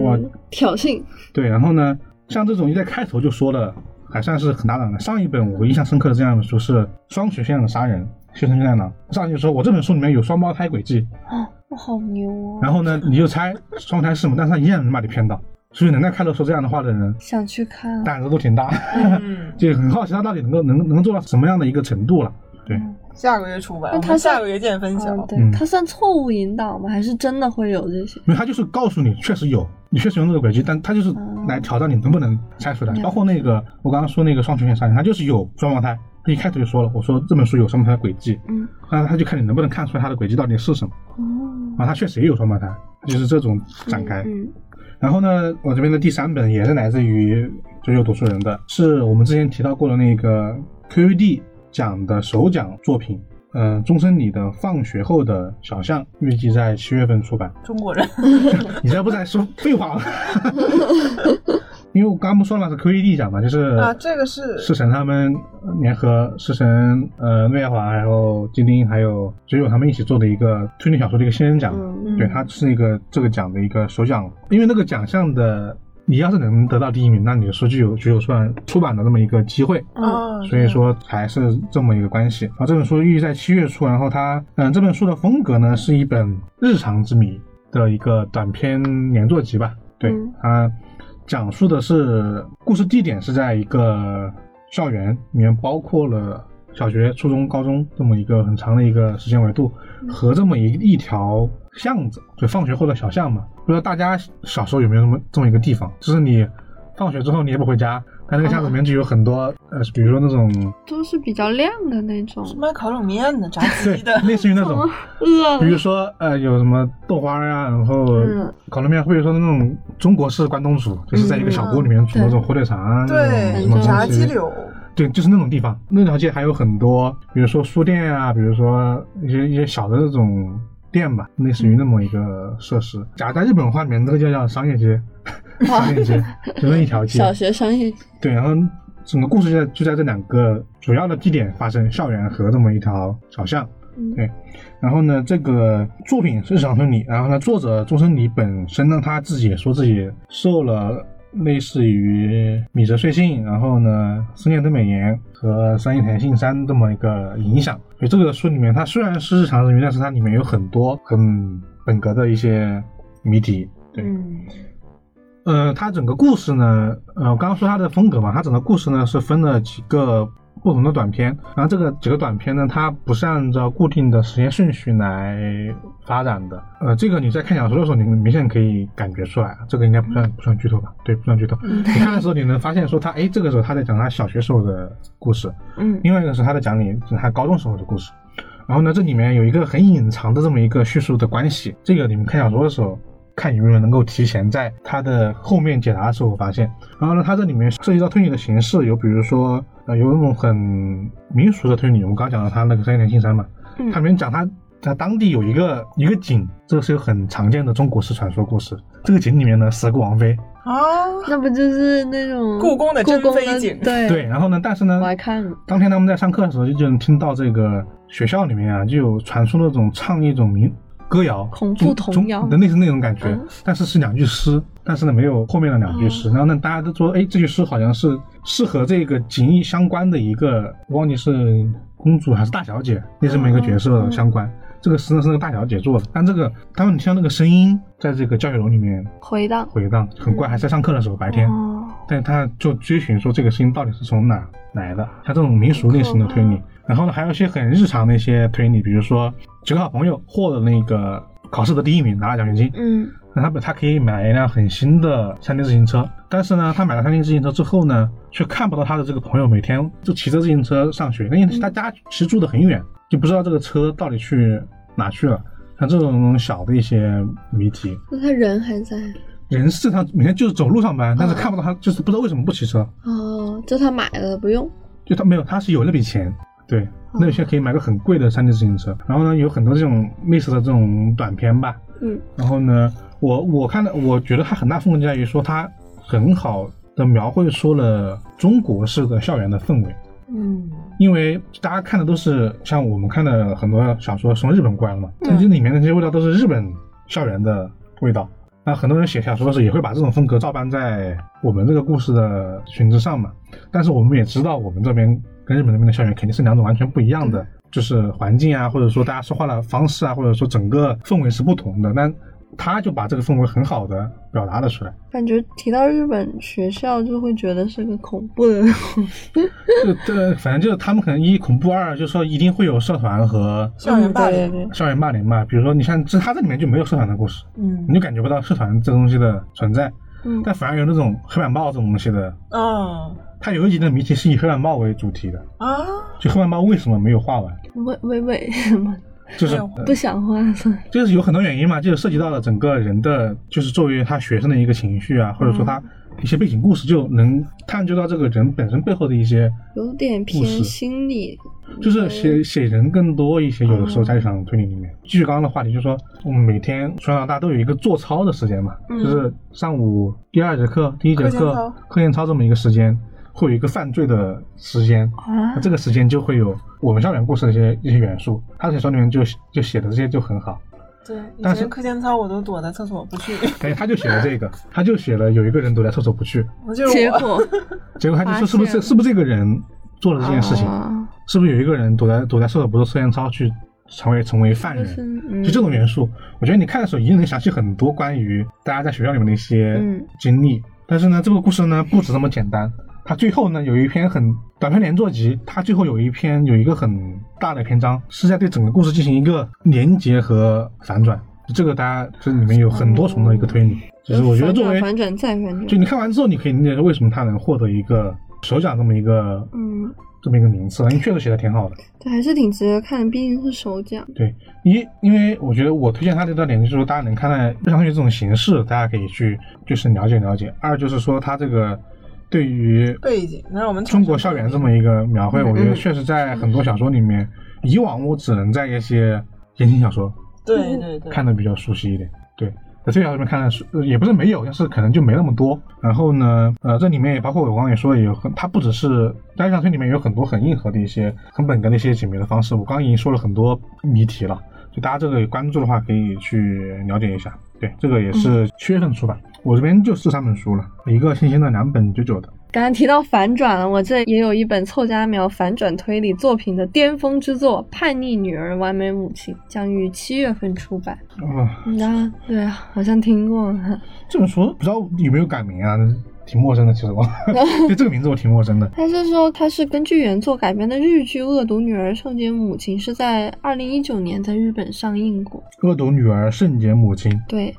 A: 哇
C: 嗯挑衅，
A: 对，然后呢，像这种一在开头就说了，还算是很大胆的。上一本我印象深刻的这样一本书是《双曲线的杀人》，学生就在哪？上去就说我这本书里面有双胞胎轨迹，
C: 啊我好牛哦！
A: 然后呢，你就猜双胎是什么，但是他一样能把你骗到。所以能在开头说这样的话的人，
C: 想去看，啊
A: 胆子都挺大，
B: 嗯，
A: 就很好奇他到底能够能能做到什么样的一个程度了。对，
B: 下个月出版，
C: 那
B: 我
C: 它
B: 们
C: 算
B: 下个月见分晓。
C: 嗯，对
A: 嗯，
C: 它算错误引导吗？还是真的会有这些？
A: 没有，他就是告诉你确实有，你确实有那个轨迹，但他就是来挑战你能不能猜出来
C: 啊了。解
A: 包括那个我刚刚说那个双曲线杀人，他就是有双胞胎，他一开始就说了，我说这本书有双胞胎轨迹，
C: 嗯，
A: 那他就看你能不能看出来他的轨迹到底是什么。
C: 哦，
A: 啊，他确实也有双胞胎，就是这种展开。
C: 嗯，
A: 然后呢，我这边的第三本也是来自于就有读书人的，是我们之前提到过的那个 QUD 奖的首奖作品，嗯、终身里的放学后的小巷，预计在七月份出版。
B: 中国人，
A: 你这不在说废话吗？ 因为我刚刚不说了是 QED 奖嘛，就是
B: 啊这个是
A: 世神他们联合世神呃诺亚华，然后金丁还有只有他们一起做的一个推理小说的一个新人奖，
C: 嗯
A: 对，它是一个这个奖的一个首奖，因为那个奖项的你要是能得到第一名，那你的书就有就有出版出版的那么一个机会，
C: 嗯，
B: 啊，
A: 所以说还是这么一个关系。然啊后这本书预计在七月初，然后它，嗯，这本书的风格呢是一本日常之谜的一个短篇连作集吧。对
C: 嗯，
A: 它讲述的是故事地点是在一个校园里面，包括了小学、初中、高中这么一个很长的一个时间维度
B: 嗯
A: 和这么一一条巷子，就放学后的小巷嘛。不知道大家小时候有没有这么这么一个地方，就是你放学之后你也不回家，它那个巷子里面就有很多、
B: 嗯
A: 呃，比如说那种
C: 都是比较亮的那种，
B: 是卖烤冷面的、炸
A: 对，
B: 鸡的
A: 类似于那种，
C: 饿
A: 比如
C: 了，
A: 说呃有什么豆花呀、然后
C: 嗯
A: 烤冷面，或者说那种中国式关东煮，就是在一个小锅里面煮
C: 嗯
A: 那种火腿肠啊，那种什
B: 对
A: 么，
B: 炸
A: 东西
B: 鸡柳，
A: 对，就是那种地方。那条街还有很多，比如说书店啊，比如说一些一些小的那种店吧，类似于那么一个设施。假如在日本话里面，那个就叫商业街，商业街就那一条街。
C: 小学商业街，
A: 对，然后整个故事就在就在这两个主要的地点发生，校园和这么一条小巷。
C: 嗯
A: 对然后呢，这个作品是长生里，然后呢，作者钟生里本身呢，他自己也说自己受了类似于米泽穗信，然后呢，森田真美彦和三叶田信三这么一个影响。所以这个书里面，它虽然是日常人，但是它里面有很多很本格的一些谜题。对，
B: 嗯，
A: 呃，它整个故事呢，呃，我刚刚说它的风格嘛，它整个故事呢是分了几个不同的短片，然后这个几个短片呢，它不是按照固定的时间顺序来发展的。呃，这个你在看小说的时候，你明显可以感觉出来，这个应该不算不算剧透吧？对，不算剧透。
B: 嗯
A: 你看的时候，你能发现说他，哎，这个时候他在讲他小学时候的故事，
C: 嗯
A: 另外一个是他在讲你他高中时候的故事。然后呢，这里面有一个很隐藏的这么一个叙述的关系，这个你们看小说的时候，看有没有能够提前在它的后面解答的时候发现。然后呢，它这里面涉及到推理的形式，有比如说呃有那种很民俗的推理，我们刚讲到他那个三点信山嘛，
C: 嗯
A: 他里面讲他在当地有一个一个井，这个是有很常见的中国式传说故事。这个井里面呢死了个王妃，
B: 啊，
C: 那不就是那种
B: 故宫的
C: 故
B: 珍
C: 宫
B: 妃
C: 的
B: 井
C: 对
A: 对，，然后呢，但是呢，
C: 我还看了，
A: 当天他们在上课的时候，就就能听到这个学校里面啊，就有传出那种唱一种民歌谣、
C: 恐怖童
A: 中
C: 谣
A: 中的类似那种感觉，
C: 嗯
A: 但是是两句诗，但是呢没有后面的两句诗。然后呢，大家都说，哎，这句诗好像是适合这个锦衣相关的一个，我忘记是公主还是大小姐，那这么一个角色相
C: 嗯
A: 关。这个诗呢是那个大小姐做的，但这个他们听到那个声音在这个教学楼里面
C: 回荡。
A: 回荡，很
C: 嗯
A: 怪，还是在上课的时候白天。
C: 哦，
A: 但他就追寻说这个事情到底是从哪儿来的，他这种民俗类型的推理，然后呢还有一些很日常的一些推理，比如说几个好朋友获了那个考试的第一名，拿了奖学金，
C: 嗯
A: 那他本他可以买一辆很新的山地自行车，但是呢，他买了山地自行车之后呢，却看不到他的这个朋友每天就骑着自行车上学，因为他家其实住得很远，就不知道这个车到底去哪去了。像这种小的一些谜题，
C: 那他人还在
A: 人是正常每天就是走路上班，但是看不到他，就是不知道为什么不骑车。
C: 哦，就他买了不用，
A: 就他没有，他是有那笔钱，对，那有些可以买个很贵的山地自行车。然后呢，有很多这种类似的这种短片吧。
C: 嗯
A: 然后呢，我我看到，我觉得它很大风格就在于说，它很好的描绘出了中国式的校园的氛围。
B: 嗯，
A: 因为大家看的都是像我们看的很多小说是从日本过来的嘛，
C: 嗯
A: 但这里面的这些味道都是日本校园的味道。那很多人写小说的时候也会把这种风格照搬在我们这个故事的裙子上嘛。但是我们也知道，我们这边跟日本那边的校园肯定是两种完全不一样的，就是环境啊，或者说大家说话的方式啊，或者说整个氛围是不同的。但他就把这个氛围很好的表达了出来。
C: 感觉提到日本学校就会觉得是个恐怖的，
A: 这这反正就是他们可能一恐怖二，就说一定会有社团和
B: 校园霸
C: 对对
B: 凌，
C: 对，
A: 校园霸凌嘛。比如说你像这他这里面就没有社团的故事，
B: 嗯
A: 你就感觉不到社团这东西的存在，
C: 嗯
A: 但反而有那种黑板报这种东西的。
B: 啊
A: 他有一集的谜题是以黑板报为主题的，
B: 啊，
A: 就黑板报为什么没有画完，
C: 嗯喂喂喂，什么
A: 就是
B: 没有
C: 不想画算了
A: 就是有很多原因嘛，就是涉及到了整个人的，就是作为他学生的一个情绪啊，或者
B: 嗯
A: 说他一些背景故事，就能探究到这个人本身背后的一些，
C: 有点
A: 故事
C: 偏心理，嗯
A: 就是写写人更多一些。有的时候在日常推理里面，继续刚刚的话题，就是说我们每天从小到大都有一个做操的时间嘛，
C: 嗯
A: 就是上午第二节课、第一节
B: 课间
A: 课
B: 操、
A: 课间操这么一个时间，会有一个犯罪的时间。
C: 啊
A: 那，这个时间就会有我们校园故事的一些一些元素，他小说里面就就写的这些就很好。
B: 对，以
A: 但是
B: 前课间操我都躲在厕所不去，
A: 对，他就写了 这个，他就写了有一个人躲在厕所不去，
B: 我就是
C: 结
B: 我，
C: 果
A: 结果他就说
C: 发
A: 是不是
C: 现
A: 这
C: 了
A: 是不是这个人做了这件事情？
C: 啊
A: 是不是有一个人躲在躲在厕所不做测验操去成为成为犯
C: 就是
A: 人？
C: 嗯
A: 就这种元素，我觉得你看的时候一定能想起很多关于大家在学校里面的一些
C: 嗯
A: 经历。但是呢，这个故事呢不止这么简单，它最后呢有一篇很短篇连作集，它最后有一篇有一个很大的篇章是在对整个故事进行一个连结和反转。这个大家这里面有很多重的一个推理，就是我觉得作为
C: 哦反转反转再反
A: 就
C: 转，
A: 你看完之后，你可以理解为什么他能获得一个首奖这么一个
C: 嗯，
A: 这么一个名次，因为确实写的挺好的。
C: 对，还是挺值得看的，毕竟是首奖，
A: 对，因因为我觉得我推荐他这段点就是说，大家能看到日常学这种形式，大家可以去就是了解了解。二就是说他这个对于
B: 背景能让我们
A: 中国校园这么一个描绘，
C: 嗯
A: 我觉得确实在很多小说里面，以往我只能在一些言情小说
B: 对对对，
A: 看的比较熟悉一点。对，在这条里面看的是呃也不是没有，但是可能就没那么多。然后呢，呃，这里面也包括我刚刚也说，也有很，它不只是单向推里面有很多很硬核的一些、很本格的一些解谜的方式。我刚刚已经说了很多谜题了，就大家这个有关注的话可以去了解一下。对，这个也是七月份出版，我这边就是三本书了，一个新鲜的，两本九九的。
C: 刚刚提到反转了，我这也有一本凑佳苗反转推理作品的巅峰之作《叛逆女儿完美武器》，将于七月份出版。
A: 啊、
C: 嗯啊，对啊，好像听 过。
A: 这本书不知道有没有改名啊？挺陌生的，其实我 对这个名字我挺陌生的。
C: 他是说，他是根据原作改编的日剧《恶毒女儿圣洁母亲》，是在二零一九年在日本上映过。
A: 恶毒女儿圣洁母亲，
C: 对，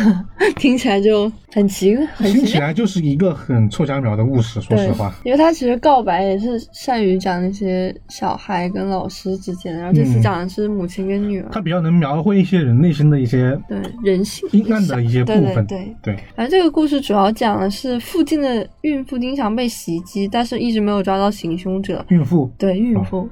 C: 听起来就很奇怪，很
A: 听
C: 奇
A: 起
C: 怪。
A: 来就是一个很臭家苗的故事，说
C: 对
A: 实话，，
C: 因为他其实告白也是善于讲那些小孩跟老师之间的，然后这次
A: 嗯
C: 讲的是母亲跟女儿，
A: 它比较能描绘一些人内心的一些
C: 对人性
A: 阴暗的一些部分。
C: 对对对
A: 对
C: 反正这个故事主要讲的是附近的孕妇经常被袭击，但是一直没有抓到行凶者。
A: 孕妇，
C: 对
A: 哦
C: 孕妇，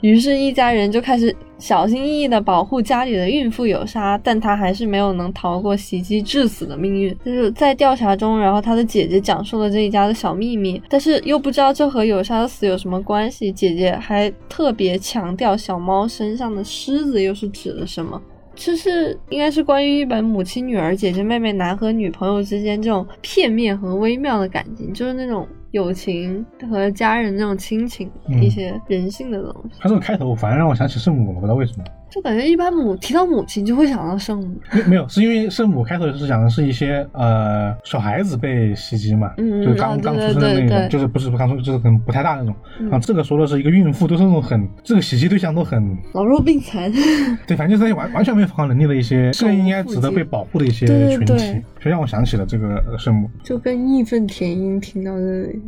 C: 于是，一家人就开始小心翼翼地保护家里的孕妇有沙，但她还是没有能逃过袭击致死的命运。就是在调查中，然后她的姐姐讲述了这一家的小秘密，但是又不知道这和有沙的死有什么关系。姐姐还特别强调小猫身上的虱子又是指的什么。这是应该是关于一本母亲、女儿、姐姐、妹妹、男和女朋友之间这种片面和微妙的感情，就是那种友情和家人那种亲情，
A: 嗯
C: 一些人性的东西。
A: 它这个开头反而让我想起圣母了，不知道为什么。
C: 就感觉一般母提到母亲就会想到圣母，
A: 没没有，是因为圣母开头是讲的是一些呃小孩子被袭击嘛，
C: 嗯
A: 就是
C: 哦
A: 刚
C: 对
A: 刚出生的
C: 对
A: 那
C: 对
A: 种，就是不是刚出，就是可能不太大那种。
C: 嗯
A: 然后这个说的是一个孕妇，都是那种很这个袭击对象都很
C: 老弱病残。
A: 对，反正就是那些完完全没有反抗能力的一些，更应该值得被保护的一些
C: 对对
A: 群
C: 对
A: 体，就让我想起了这个呃圣母。
C: 就跟义愤填膺听到这里，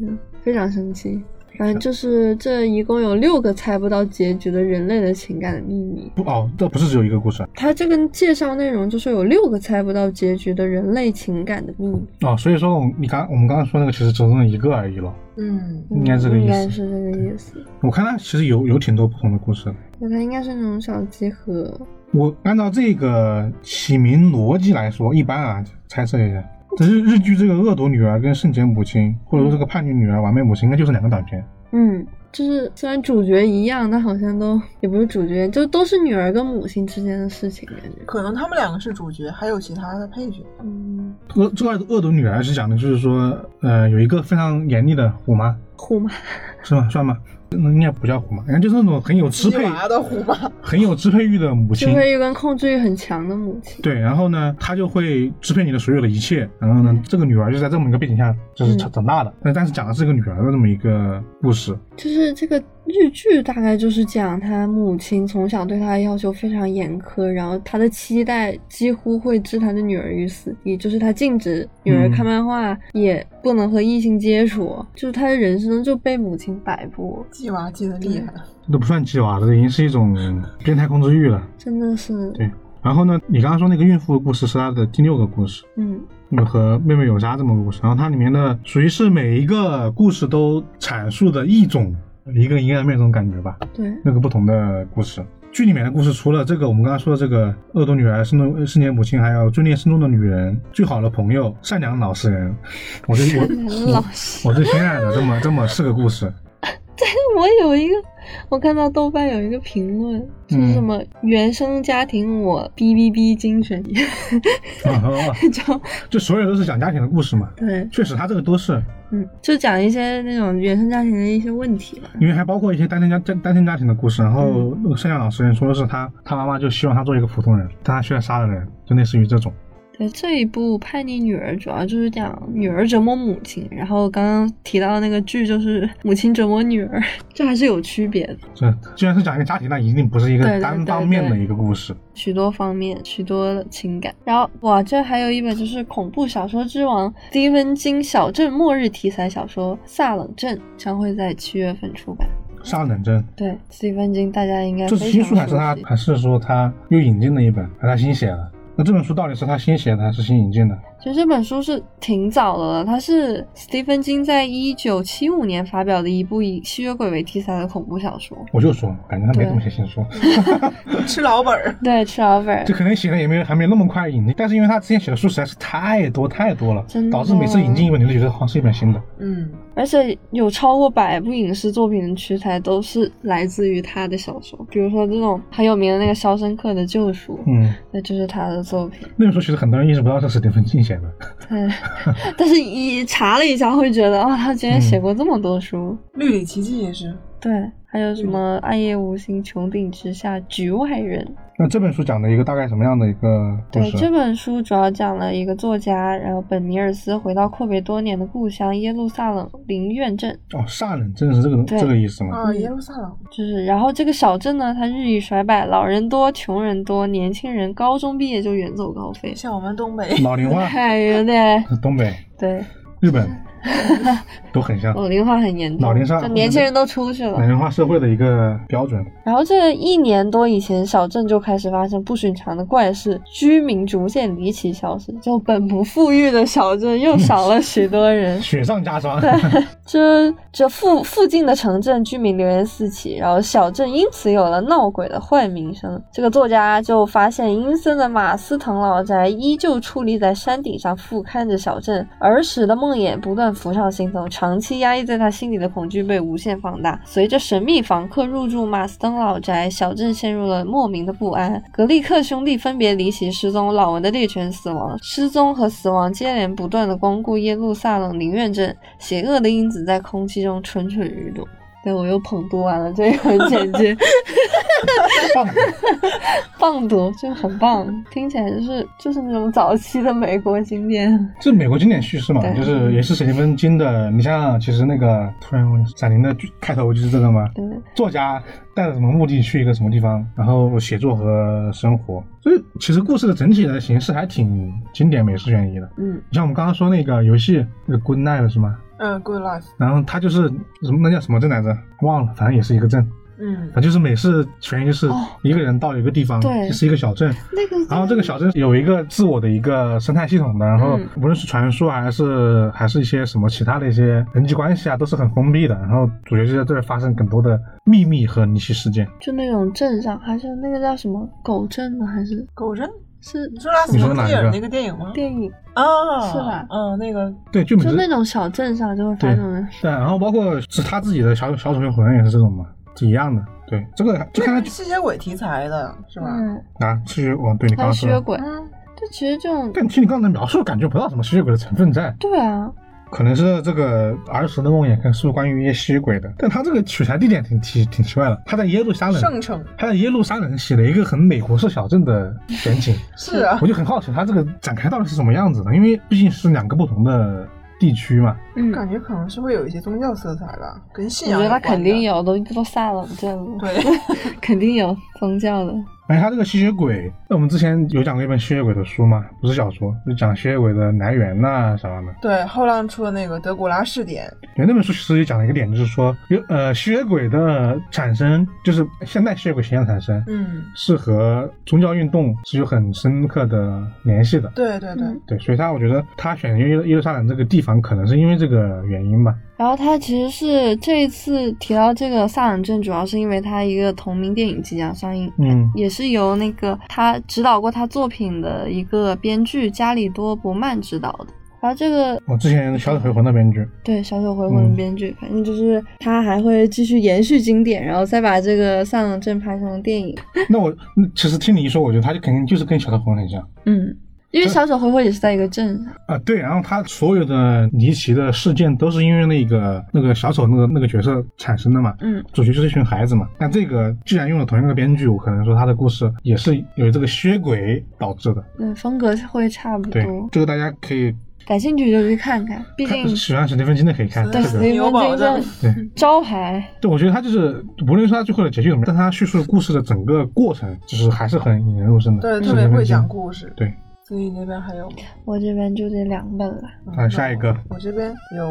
C: 非常生气。反正就是这一共有六个猜不到结局的人类的情感的秘密。
A: 不哦，这不是只有一个故事啊
C: 它这个介绍内容就是有六个猜不到结局的人类情感的秘密，
A: 哦，所以说我们你刚我们刚刚说那个其实只是那一个而已了。
B: 嗯，
A: 应该这个意思
C: 应该是这个意思。
A: 我看它其实有有挺多不同的故事的。
C: 那它应该是那种小集合，
A: 我按照这个起名逻辑来说，一般啊，猜测一下，只是日剧这个《恶毒女儿》跟《圣洁母亲》，或者说这个《叛逆女儿》《完美母亲》，应该就是两个短片。
C: 嗯，就是虽然主角一样，但好像都也不是主角，就都是女儿跟母亲之间的事情，感觉。
B: 可能他们两个是主角，还有其他的配角，
C: 嗯，
A: 恶这个《恶毒女儿》是讲的就是说，呃，有一个非常严厉的虎妈，
C: 虎妈
A: 是吗？算吗？那应该不叫虎妈，应该就是那种很有支
B: 鸡
A: 配、
B: 娃的虎妈，
A: 很有支配欲的母
C: 智
A: 亲。
C: 慧欲跟控制欲很强的母亲。
A: 对，然后呢，她就会支配你的所有的一切。然后呢，这个女儿就在这么一个背景下，就是长长大的。那、但是讲的是一个女儿的这么一个故事。
C: 就是这个日剧大概就是讲他母亲从小对他的要求非常严苛，然后他的期待几乎会置他的女儿于死地，就是他禁止女
A: 嗯
C: 儿看漫画，也不能和异性接触，就是他的人生就被母亲摆布，
B: 鸡娃鸡的厉害，
A: 这都不算鸡娃了，这已经是一种变态控制欲了。
C: 真的是，
A: 对然后呢，你刚刚说那个孕妇的故事是她的第六个故事，
C: 嗯，
A: 那和妹妹有杀这么个故事。然后它里面的属于是每一个故事都阐述的一种一个阴暗面这种感觉吧，
C: 对，
A: 那个不同的故事。剧里面的故事除了这个我们刚刚说的这个恶毒女儿、圣中圣洁母亲，还有罪孽深重的女人、最好的朋友、善良老实人，我最 我
C: 老
A: 我 我最心爱的这么这么四个故事。
C: 我有一个，我看到豆瓣有一个评论，
A: 嗯
C: 就是什么原生家庭我哔哔哔精神， 就
A: 就所有都是讲家庭的故事嘛。
C: 对，
A: 确实，他这个都是，
C: 嗯，就讲一些那种原生家庭的一些问题吧。
A: 因为还包括一些单亲家单单亲家庭的故事。然后那个圣亮呃老师也说的是他，他妈妈就希望他做一个普通人，但他却杀了人，就类似于这种。
C: 对这一部《叛逆女儿》，主要就是讲女儿折磨母亲，然后刚刚提到的那个剧就是母亲折磨女儿，这还是有区别的，
A: 这既然是讲一个家庭，那一定不是一
C: 对
A: 个
C: 对
A: 单
C: 对
A: 方面的
C: 对
A: 一个故事。
C: 许多方面，许多的情感。然后哇，这还有一本就是恐怖小说之王斯蒂芬金小镇末日题材小说《萨冷镇》，将会在七月份出版。
A: 杀冷针，
C: 对，斯蒂芬金大家应该
A: 这
C: 非
A: 是新书
C: 常
A: 还是他
C: 熟悉。
A: 还是说他又引进了一本，还是他新写的？那这本书到底是他新写的还是新引进的？
C: 其实这本书是挺早的了，它是斯蒂芬金在一九七五年发表的一部以吸血鬼为题材的恐怖小说。
A: 我就说，感觉他没
C: 对
A: 怎么写新书，
B: 吃老本儿，
C: 对 t r a v e r
A: 这可能写的也没有还没那么快引进，但是因为他之前写的书实在是太多太多了
C: 真，的
A: 导致每次引进一本你都觉得好像是一本新的。
B: 嗯，
C: 而且有超过百部影视作品的取材都是来自于他的小说，比如说这种很有名的那个《肖申克的救赎》，
A: 嗯，
C: 那就是他的作品。
A: 那个时候其实很多人意识不到是史蒂芬金写的。
C: 对，但是一查了一下，会觉得啊、他竟然写过这么多书。
B: 绿里奇迹也是，
C: 对，还有什么《暗夜无心》《穹顶之下》《局外人》。
A: 那这本书讲的一个大概什么样的一个故
C: 对，这
A: 事？
C: 本书主要讲了一个作家，然后本米尔斯回到阔别多年的故乡耶路撒冷林苑镇，
A: 哦，煞冷真的是这个
C: 对
A: 这个意思吗？
B: 啊，耶路撒冷，
C: 就是，然后这个小镇呢，它日益衰败，老人多，穷人多，年轻人高中毕业就远走高飞。
B: 像我们东北，
A: 老龄化，
C: 哎有点
A: 东 北、
C: 对，
A: 日本都很像，
C: 老龄化很严重，
A: 老龄化
C: 就年轻人都出去了
A: 老。龄化社会的一个标准。
C: 然后这一年多以前，小镇就开始发生不寻常的怪事，居民逐渐离奇消失，就本不富裕的小镇又少了许多人。
A: 雪上加 霜，
C: 这这附附近的城镇居民流言四起，然后小镇因此有了闹鬼的坏名声。这个作家就发现阴森的马斯滕老宅依旧矗立在山顶上，俯瞰着小镇。儿时的梦魇不断浮上心头，长期压抑在他心里的恐惧被无限放大。随着神秘房客入住马斯滕老宅，小镇陷入了莫名的不安。格利克兄弟分别离奇失踪，老文的猎犬死亡，失踪和死亡接连不断的光顾耶路撒冷林苑镇，邪恶的因子在空气中蠢蠢欲动。对，我又捧读完了这一 本简介，
A: 棒
C: 棒读就很棒，听起来就是就是那种早期的美国经典。
A: 这美国经典叙事嘛，
C: 对
A: 就是也是史蒂芬金的。你想想，其实那个突然我《闪灵》的剧开头不就是这个吗？
C: 对，
A: 作家带着什么目的去一个什么地方，然后写作和生活。所以其实故事的整体的形式还挺经典美式悬疑的。
B: 嗯
A: 你像我们刚刚说那个游戏，那个 Good Night 是吗？
B: 嗯，Good Life，
A: 然后它就是什么那叫什么镇来着？忘了，反正也是一个镇，
B: 嗯
A: 反，正就是美式悬疑就是
C: 哦
A: 一个人到一个地方，
C: 对
A: 就是一个小镇，
C: 那个
A: 然后这个小镇有一个自我的一个生态系统的，然后
C: 嗯
A: 无论是传说还是还是一些什么其他的一些人际关系啊，都是很封闭的。然后主角就在这儿发生更多的秘密和离奇事件。
C: 就那种镇上，还是那个叫什么狗镇呢？还是
B: 狗镇，
C: 是
B: 你说拉斯
A: 你说
B: 维
A: 哪
B: 加
A: 一
B: 斯
A: 个
B: 那个电影吗？
C: 电影？
B: 啊，
C: 是吧
B: 嗯，那个
A: 对，就每
C: 就
A: 次
C: 那种小镇上就会发
A: 对
C: 生。
A: 对，然后包括是他自己的小小丑小魂也是这种嘛，是一样的。对，这个就看他
B: 那是吸血鬼题材的是吧？
C: 嗯，
A: 啊，吸血哦，对你
C: 还
A: 刚刚
C: 有吸血
A: 说，
C: 鬼，
B: 嗯
C: 就其实这种
A: 但听你刚才描述，感觉不到什么吸血鬼的成分在。
C: 对啊，
A: 可能是这个儿时的梦魇，可能是关于一些吸血鬼的。但他这个取材地点挺奇挺奇怪的，他在耶路撒冷，
B: 圣城
A: 他在耶路撒冷写了一个很美国式小镇的全景，
B: 是啊，
A: 我就很好奇他这个展开到底是什么样子的，因为毕竟是两个不同的地区嘛。
C: 嗯，
B: 感觉可能是会有一些宗教色彩吧，跟信
C: 我
B: 仰
C: 觉
B: 有
C: 得他
B: 关的。
C: 肯定有，都都撒冷镇了，
B: 对，
C: 肯定有宗教的。
A: 而且他这个吸血鬼，那我们之前有讲过一本吸血鬼的书吗？不是小说，就讲吸血鬼的来源呐、啥的。
B: 对，后浪出的那个德古拉试点，
A: 对，那本书其实也讲了一个点，就是说，有呃吸血鬼的产生，就是现代吸血鬼形象产生，
B: 嗯，
A: 是和宗教运动是有很深刻的联系的。
B: 对对对，
C: 嗯
A: 对，所以他我觉得他选耶路耶路撒冷这个地方，可能是因为这个原因吧。
C: 然后他其实是这一次提到这个萨朗镇，主要是因为他一个同名电影即将上映，
A: 嗯
C: 也是由那个他指导过他作品的一个编剧加里多·伯曼指导的。然后这个
A: 我之前《小丑回魂》的编 剧，
C: 对《小丑回
A: 嗯
C: 魂》的编剧，反正就是他还会继续延续经典，然后再把这个萨朗镇拍成电影。
A: 那我那其实听你一说，我觉得他就肯定就是跟《小丑回魂》很像
C: 嗯，因为《小丑回魂》也是在一个镇上。
A: 啊。对，然后他所有的离奇的事件都是因为那个那个小丑那个那个角色产生的嘛。
C: 嗯，
A: 主角就是一群孩子嘛。那这个既然用了同样的编剧，我可能说他的故事也是由这个血鬼导致的。
C: 对，嗯风格会差不
A: 对嗯
C: 多，。
A: 这个大家可以
C: 感兴趣就去看看，毕竟
A: 看，喜欢史蒂芬金的可以看
B: 是
A: 这
C: 对
B: 的
C: 史
A: 个。
C: 蒂
B: 有保
C: 芬金
B: 证
A: 对
C: 这招牌。
A: 对，我觉得他就是无论是他最后的结局怎么样，但他叙述故事的整个过程，就是还是很引人入胜的。
B: 对，
A: 史蒂
B: 特别
A: 芬
B: 会
A: 金
B: 讲。故事。
A: 嗯对，
B: 所以那边还有吗？
C: 我这边就这两本了。
B: 嗯
A: 啊下一个，
B: 那我我这边有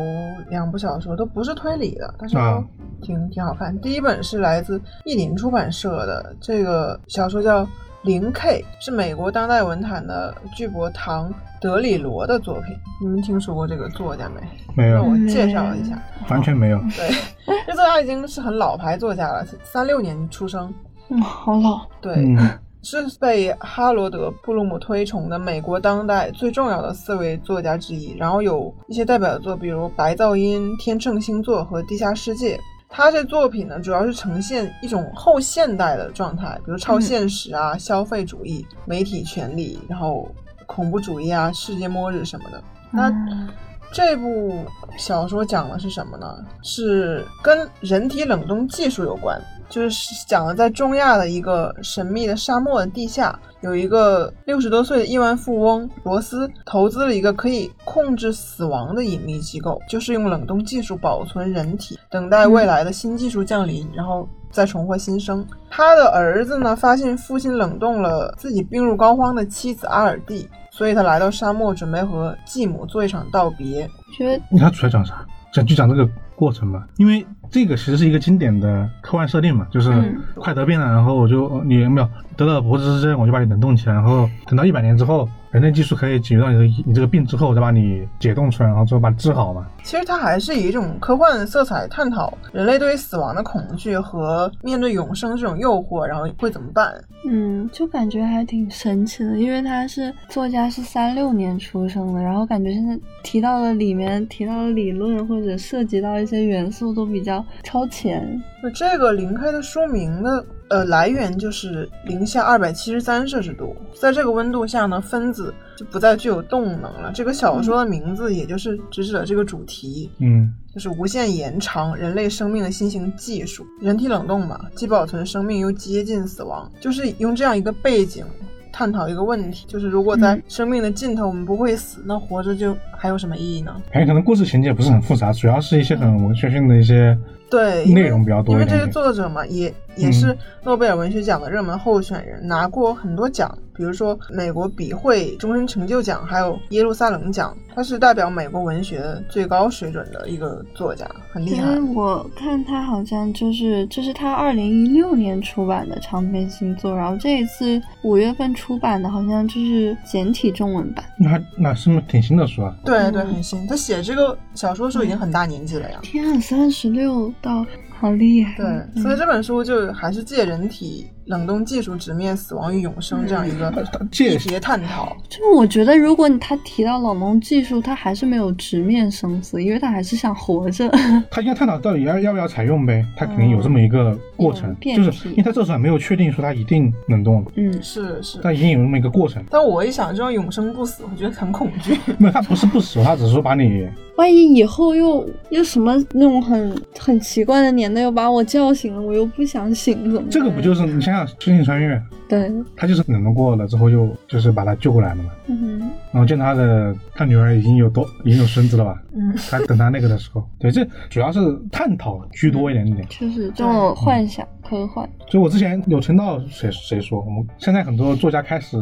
B: 两部小说，都不是推理的，但是
A: 啊
B: 都挺挺好看。第一本是来自译林出版社的，这个小说叫《零 K》，是美国当代文坛的巨伯唐·德里罗的作品。你们听说过这个作家没？
A: 没
B: 让
A: 有，
B: 我介绍一下。
A: 完全没有。
B: 对，这作家已经是很老牌作家了，三六年出生。
C: 嗯，好老。
B: 对，
A: 嗯，
B: 是被哈罗德·布鲁姆推崇的美国当代最重要的四位作家之一，然后有一些代表作，比如《白噪音》《天秤星座》和《地下世界》。他这作品呢，主要是呈现一种后现代的状态，比如超现实啊、消费主义、媒体权利，然后恐怖主义啊、世界末日什么的。那
C: 嗯
B: 这部小说讲的是什么呢？是跟人体冷冻技术有关，就是讲的在中亚的一个神秘的沙漠的地下，有一个六十多岁的亿万富翁罗斯投资了一个可以控制死亡的隐秘机构，就是用冷冻技术保存人体，等待未来的新技术降临，然后再重获新生。他的儿子呢，发现父亲冷冻了自己病入膏肓的妻子阿尔蒂，所以他来到沙漠，准备和继母做一场道别。
C: 觉得
A: 你看主要讲啥？讲就讲这个过程嘛，因为这个其实是一个经典的科幻设定嘛，就是
C: 嗯
A: 快得病了，然后我就呃你没有得了不治之症，我就把你冷冻起来，然后等到一百年之后，人类技术可以解决到你的你这个病之后，我再把你解冻出来，然后最后把你治好嘛。
B: 其实它还是以一种科幻色彩探讨人类对于死亡的恐惧和面对永生这种诱惑，然后会怎么办？
C: 嗯，就感觉还挺神奇的，因为他是作家，是三六年出生的，然后感觉现在提到了里面提到的理论或者涉及到一些元素都比较超前。
B: 那这个林开的书名的呃来源就是零下二百七十三摄氏度，在这个温度下呢，分子就不再具有动能了。这个小说的名字也就是直指了这个主题，
A: 嗯，
B: 就是无限延长人类生命的新型技术，人体冷冻嘛，既保存生命又接近死亡，就是用这样一个背景探讨一个问题，就是如果在
C: 嗯
B: 生命的尽头我们不会死，那活着就还有什么意义呢？
A: 感觉哎可能故事情节不是很复杂，主要是一些很文学性的一些
B: 对，因为
A: 内容比较多
B: 因为
A: 一
B: 这
A: 点嗯点
B: 个作者嘛，也也是诺贝尔文学奖的热门候选人，拿过很多奖，比如说美国笔会终身成就奖，还有耶路撒冷奖。他是代表美国文学最高水准的一个作家，很厉
C: 因
B: 害。
C: 为我看他好像就是这、是他二零一六年出版的长篇新作，然后这一次五月份出版的好像就是简体中文版。
A: 那那是不是挺新的书啊？
B: 对对，
C: 嗯
B: 嗯很新。他写这个小说的时候已经很大年纪了呀。嗯
C: 天啊，三十六到好厉害！
B: 对，所以这本书就还是借人体冷冻技术直面死亡与永生 这样一个
A: 借
B: 议题探讨。
C: 就我觉得，如果你他提到冷冻技术，他还是没有直面生死，因为他还是想活 着。
A: 他应该探讨到底要要不要采用呗，他肯定有这么一个过程，
C: 嗯
A: 就是因为他这时候还没有确定说他一定冷冻，
C: 嗯，
B: 是是，
A: 但已经有那么一个过程。
B: 但我一想这种永生不死，我觉得很恐惧。
A: 没有，他不是不死，他只是说把你
D: 万一以后又又什么那种很很奇怪的年代又把我叫醒了，我又不想醒，怎么办？
A: 这个不就是你想想星际穿越，
D: 对，
A: 他就是冷冻过了之后又就是把他救过来了嘛。
D: 嗯，
A: 然后见他的他女儿已经有多已经有孙子了吧？
B: 嗯，
A: 他等他那个的时候，对，这主要是探讨居多一点点。
C: 就是这种幻想、科幻。
A: 所以我之前有听到谁谁说，我们现在很多作家开始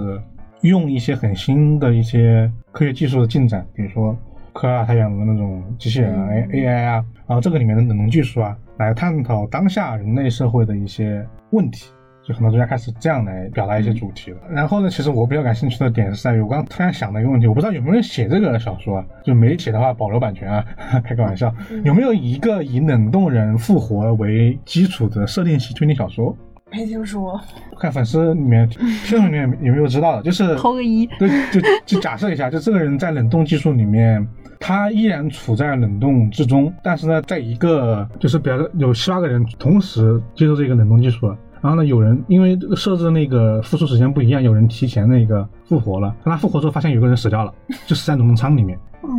A: 用一些很新的一些科学技术的进展，比如说科尔他养的那种机器人啊、
B: 嗯
A: A I 啊，然后这个里面的冷冻技术啊，来探讨当下人类社会的一些问题。就很多作家开始这样来表达一些主题了。然后呢，其实我比较感兴趣的点是在于，我刚突然想到一个问题，我不知道有没有人写这个小说啊？就没写的话，保留版权啊， 开个玩笑。有没有一个以冷冻人复活为基础的设定系推理小说？
B: 没听说，
A: 看粉丝里 面、听众里面有没有知道的，就是
C: 扣个一
A: 对，就就假设一下，就这个人在冷冻技术里面，他依然处在冷冻之中，但是呢，在一个就是比如说有七八个人同时接受这个冷冻技术了。然后呢，有人因为这个设置那个复苏时间不一样，有人提前那个复活了。当他复活之后，发现有个人死掉了，就死在冷冻舱 里面。
D: 哦，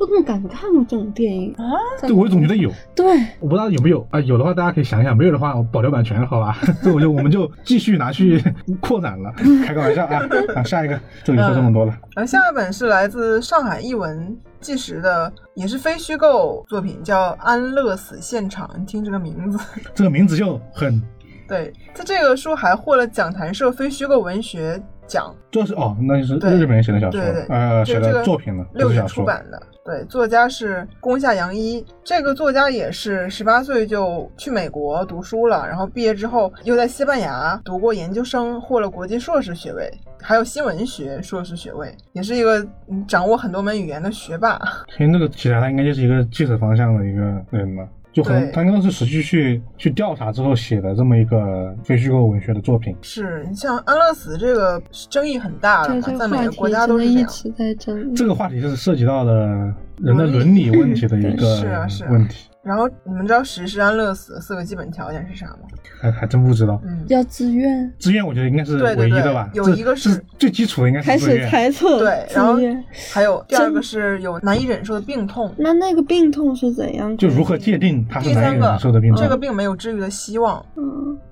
D: 我怎么感觉看过这种电
C: 啊
D: 影？
A: 对，我总觉得有，
D: 对，
A: 我不知道有没有啊、有的话大家可以想一想，没有的话我保留版权，好吧？ 这 我就我们就继续拿去 扩展了，开个玩笑 啊啊！下一个，这里说这么多了，
B: 然后下一本是来自上海译文纪实的，也是非虚构作品，叫《安乐死现场》。你听这个名字，
A: 这个名字就很
B: 对他这个书还获了讲谈社非虚构文学奖，
A: 这是哦，那就是
B: 对
A: 日本人写的小说，
B: 对对
A: 呃，写
B: 这这
A: 的
B: 个
A: 作品了，
B: 六
A: 不是
B: 月
A: 小
B: 出
A: 说。
B: 版的。对，作家是宫下洋一。这个作家也是十八岁就去美国读书了，然后毕业之后又在西班牙读过研究生，获了国际硕士学位，还有新闻学硕士学位，也是一个嗯掌握很多门语言的学霸。
A: 其实那个起来，他应该就是一个记者方向的一个人嘛，就可能
B: 对
A: 他应该是实际去去调查之后写的这么一个非虚构文学的作品。
B: 是你像安乐死这个争议很大了
D: 对
B: 嘛，
D: 这
B: 啊
D: 个
B: 在每
D: 话
B: 个
D: 题
B: 国家
D: 真
B: 都
D: 的
B: 是这
D: 一
B: 样。
D: 直在争议。
A: 这个话题就是涉及到了人的
B: 嗯伦
A: 伦理问题的一个
B: 是啊是啊
A: 问题，
B: 然后你们知道实施安乐死的四个基本条件是啥吗？
A: 还还真不知道。
B: 嗯，
D: 要自愿，
A: 志愿我觉得应该是
B: 对对
A: 唯一
B: 对
A: 的吧，
B: 有
A: 这
B: 一个
A: 这
B: 是
A: 最基础的，应该
D: 开
A: 是志
D: 始
A: 愿。
D: 猜测了
B: 嗯对，然后
D: 自愿
B: 还有第二
D: 真
B: 个是有难以忍受的病痛，
D: 那那个病痛是怎样？
A: 就如何界？定它
B: 第
A: 是难
B: 三
A: 以
B: 个
A: 忍受的病
B: 这
A: 症？
B: 个病没有治愈的希望。
D: 嗯，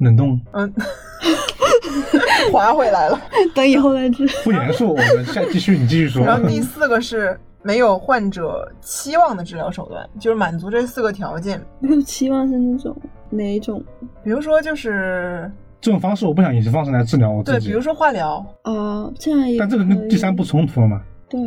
A: 冷冻
B: 嗯，划回来了。
D: 等以后再治。
A: 不严肃，我们下继续，你继续说。
B: 然后第四个是没有患者期望的治疗手段，就是满足这四个条件。
D: 没有期望是那种哪一种
B: 比如说就是
A: 这种方式我不想以此方式来治疗我
B: 对，
A: 自己。
B: 比如说化疗
D: 啊？这样也
A: 但这个
D: 可
A: 跟
D: 以
A: 第三不冲突了嘛？
D: 对，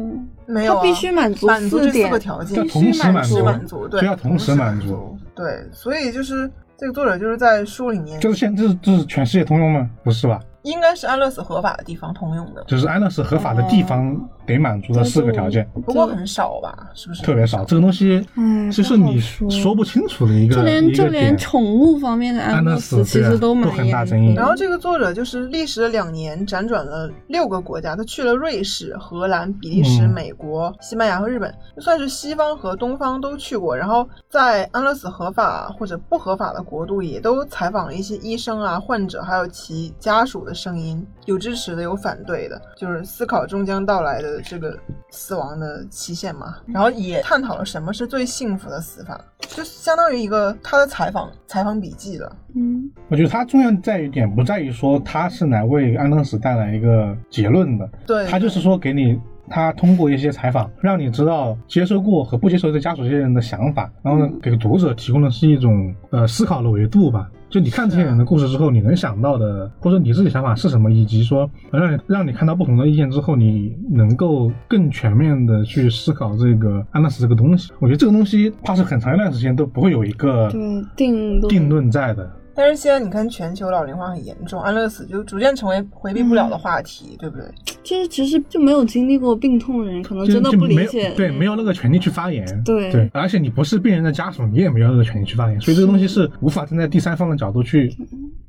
B: 没有、
C: 他
B: 啊，
C: 必须满足
B: 满足
C: 四
B: 这四
C: 点
B: 个，条件
A: 要，同时满
B: 是
A: 足，
B: 满足，对，
A: 就要同时满
B: 足
A: 足。
B: 对，所以就是这个作者就是在书里面
A: 就，是现在这是这是全世界通用吗？不是吧？
B: 应该是安乐死合法的地方通用的，
A: 就是安乐死合法的地方得满足的四个条件，
B: 不过很少吧，是不是？
A: 特别少。这个东西
D: 哎，
A: 就是
D: 不好
A: 你
D: 说
A: 说不清楚的一个
D: 就连
A: 一
D: 就
A: 个
D: 连
A: 点。
D: 宠物方面的安
A: 安乐
D: 乐
A: 死
D: 其
A: 对啊
D: 实都
A: 都
D: 蛮
A: 很
D: 严
A: 大
D: 格
A: 争议
D: 的
B: 然后这个作者就是历时了两年，辗转了六个国家，他去了瑞士、荷兰、比利时、
A: 嗯
B: 美国、西班牙和日本，就算是西方和东方都去过。然后在安乐死合法或者不合法的国度，也都采访了一些医生啊、患者，还有其家属的声音，有支持的，有反对的，就是思考终将到来的这个死亡的期限嘛。
A: 嗯
B: 然后也探讨了什么是最幸福的死法，就相当于一个他的采访采访笔记了。
D: 嗯，
A: 我觉得它重要在于点不在于说它是来为安乐死带来一个结论的，
B: 对，
A: 它就是说给你。他通过一些采访，让你知道接受过和不接受的家属这些人的想法，然后呢，给读者提供的是一种呃思考的维度吧。就你看这些人的故事之后，你能想到的，或者你自己想法是什么，以及说呃让你让你看到不同的意见之后，你能够更全面的去思考这个安乐死这个东西。我觉得这个东西，怕是很长一段时间都不会有一个
D: 对，定论
A: 定论在的。
B: 但是现在你看，全球老龄化很严重，安乐死就逐渐成为回避不了的话题，对不对？
D: 就是其实就没有经历过病痛的人，可能
A: 就
D: 真的
A: 就
D: 不理
A: 没有
D: 解。嗯
A: 对，没有那个权利去发言。
D: 对
A: 对，而且你不是病人的家属，你也没有那个权利去发言，所以这个东西是无法站在第三方的角度去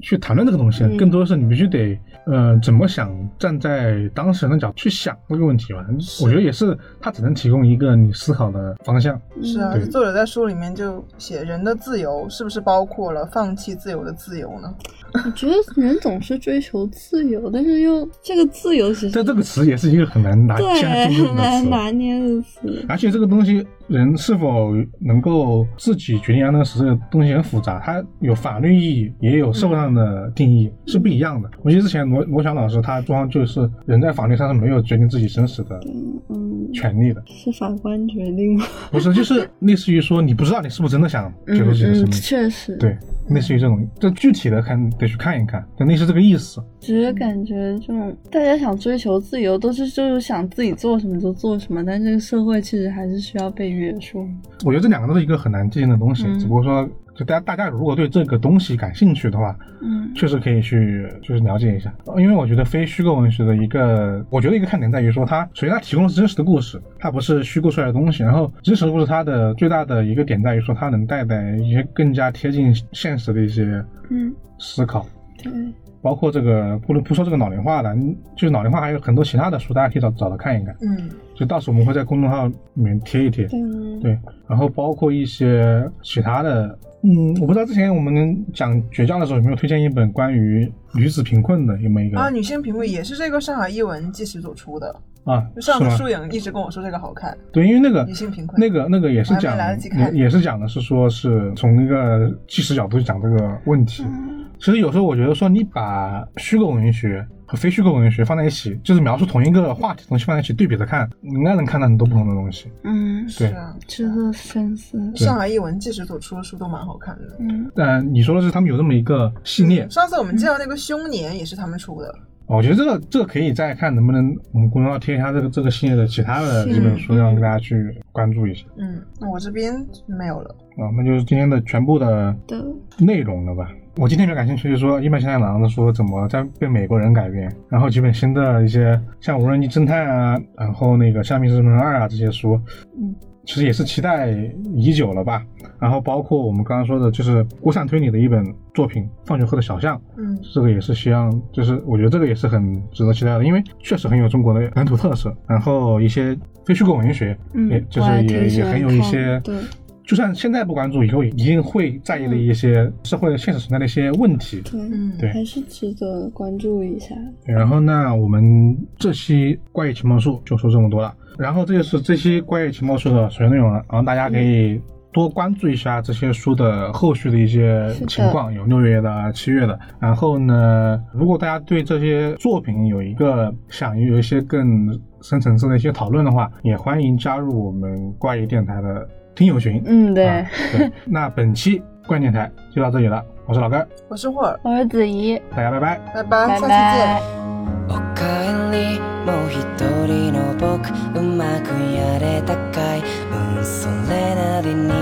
A: 去谈论这个东西的，
D: 嗯
A: 更多的是你必须得呃怎么想，站在当事人的角度去想这个问题吧。我觉得也是，他只能提供一个你思考的方向。
D: 嗯
B: 是啊，
A: 对
B: 作者在书里面就写人的自由是不是包括了放弃自由的自由呢？
D: 我觉得人总是追求自由，但是又这个自由其实
A: 这这个词也是一个很难拿
D: 对
A: 下定论
D: 很
A: 的
D: 难
A: 词。
D: 拿捏的词。
A: 而且这个东西，人是否能够自己决定让那个实施的东西很复杂，它有法律意义，也有社会上的定义，是不一样的。我记得之前罗罗翔老师他说，就是人在法律上是没有决定自己生死的
D: 嗯，
A: 权利的，
D: 是法官决定吗？
A: 不是，就是类似于说你不知道你是不是真的想结束自己的生
D: 嗯，
A: 命，
D: 确实，
A: 对，类似于这种，这具体的看得去看一看，但类似这个意思。
D: 只是感觉这种大家想追求自由，都是就是想自己做什么就做什么，但这个社会其实还是需要被约束。
A: 我觉得这两个都是一个很难界定的东西，
D: 嗯
A: 只不过说，就大家大家如果对这个东西感兴趣的话，
D: 嗯
A: 确实可以去就是了解一下，呃因为我觉得非虚构文学的一个，我觉得一个看点在于说它，首先它提供的是真实的故事，它不是虚构出来的东西。然后真实的故事它的最大的一个点在于说，它能带来一些更加贴近现实的一些
D: 嗯，
A: 思考。
D: 对，
A: 包括这个不能不说这个老龄化了，嗯就是老龄化还有很多其他的书，大家可以找找来看一看。
B: 嗯，
A: 就到时候我们会在公众号里面贴一贴。
D: 嗯，
A: 对，然后包括一些其他的，嗯，我不知道之前我们讲绝交的时候有没有推荐一本关于女子贫困的，有没有一个
B: 啊，女性评委也是这个上海译文纪实所出的，
A: 啊
B: 就是上次
A: 吗？
B: 树影一直跟我说这个好看，
A: 对，因为那个
B: 女性贫困
A: 那个那个也是
B: 我还没
A: 讲
B: 来得及
A: 也
B: 看
A: 也是讲的是说是从一个纪实角度去讲这个问题。
B: 嗯
D: 嗯
A: 其实有时候我觉得说你把虚构文学和非虚构文学放在一起，就是描述同一个话题的东西放在一起对比着看，你应该能看到很多不同的东西。
D: 嗯，
B: 是啊，
D: 值得深思。
A: 对
B: 上海译文纪实所出的书都蛮好看的。
D: 嗯，
A: 但你说的是他们有这么一个系列，
B: 上次我们介绍那个凶年也是他们出的，
A: 我觉得这个这个可以再看能不能我们公众号贴一下这个这个系列的其他的
D: 是
A: 几本书，让大家去关注一下
B: 嗯，那我这边没有了。
A: 啊、那就是今天的全部的
D: 对，
A: 内容了吧。我今天比较感兴趣，就是说《一般现太郎》的书怎么在被美国人改编，然后几本新的一些像《无人机侦探》啊，然后那个《橡皮之门二》啊这些书，嗯，其实也是期待已久了吧。然后包括我们刚刚说的，就是国产推理的一本作品《放学后的小巷》，
B: 嗯，
A: 这个也是希望，就是我觉得这个也是很值得期待的，因为确实很有中国的本土特色，然后一些非虚构文学，
D: 嗯
A: 也就
D: 我还
A: 是
D: 挺
A: 也
D: 喜
A: 也
D: 欢
A: 很有一些
D: 看，对，嗯
A: 就算现在不关注，以后也一定会在意的一些社会现实存在的一些问题。
D: 对，
B: 嗯，
A: 对
D: 还是值得关注一下。
A: 对然后那我们这期怪异情报术就说这么多了，然后这就是这期怪异情报术的所有内容了，啊然后大家可以。多关注一下这些书的后续的一些
D: 是的
A: 情况，有六月的、七月的。然后呢，如果大家对这些作品有一个想有一些更深层次的一些讨论的话，也欢迎加入我们怪异电台的听友群。
D: 嗯，对，
A: 啊对 那本期怪异电台就到这里了，我是老根儿，
B: 我是霍尔，
C: 我是子怡，
A: 大家拜拜。
B: 拜
D: 啊
B: 拜，
C: 拜
B: 下期见
C: 拜。。
E: おかえりもう一人の僕うまくやれたかいうんそれなりに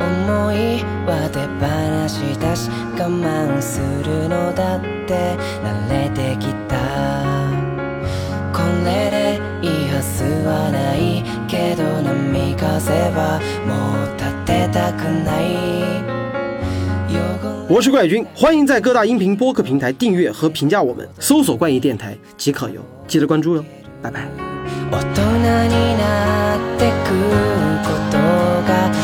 E: 思いは手放しだし我慢するのだって慣れてきたこれでいいはずはないけど波風はもう立てたくない汚れ
F: 我是怪君，欢迎在各大音频播客平台订阅和评价我们，搜索“怪异电台”即可哟，记得关注哟，拜拜。
E: 大人になってくことが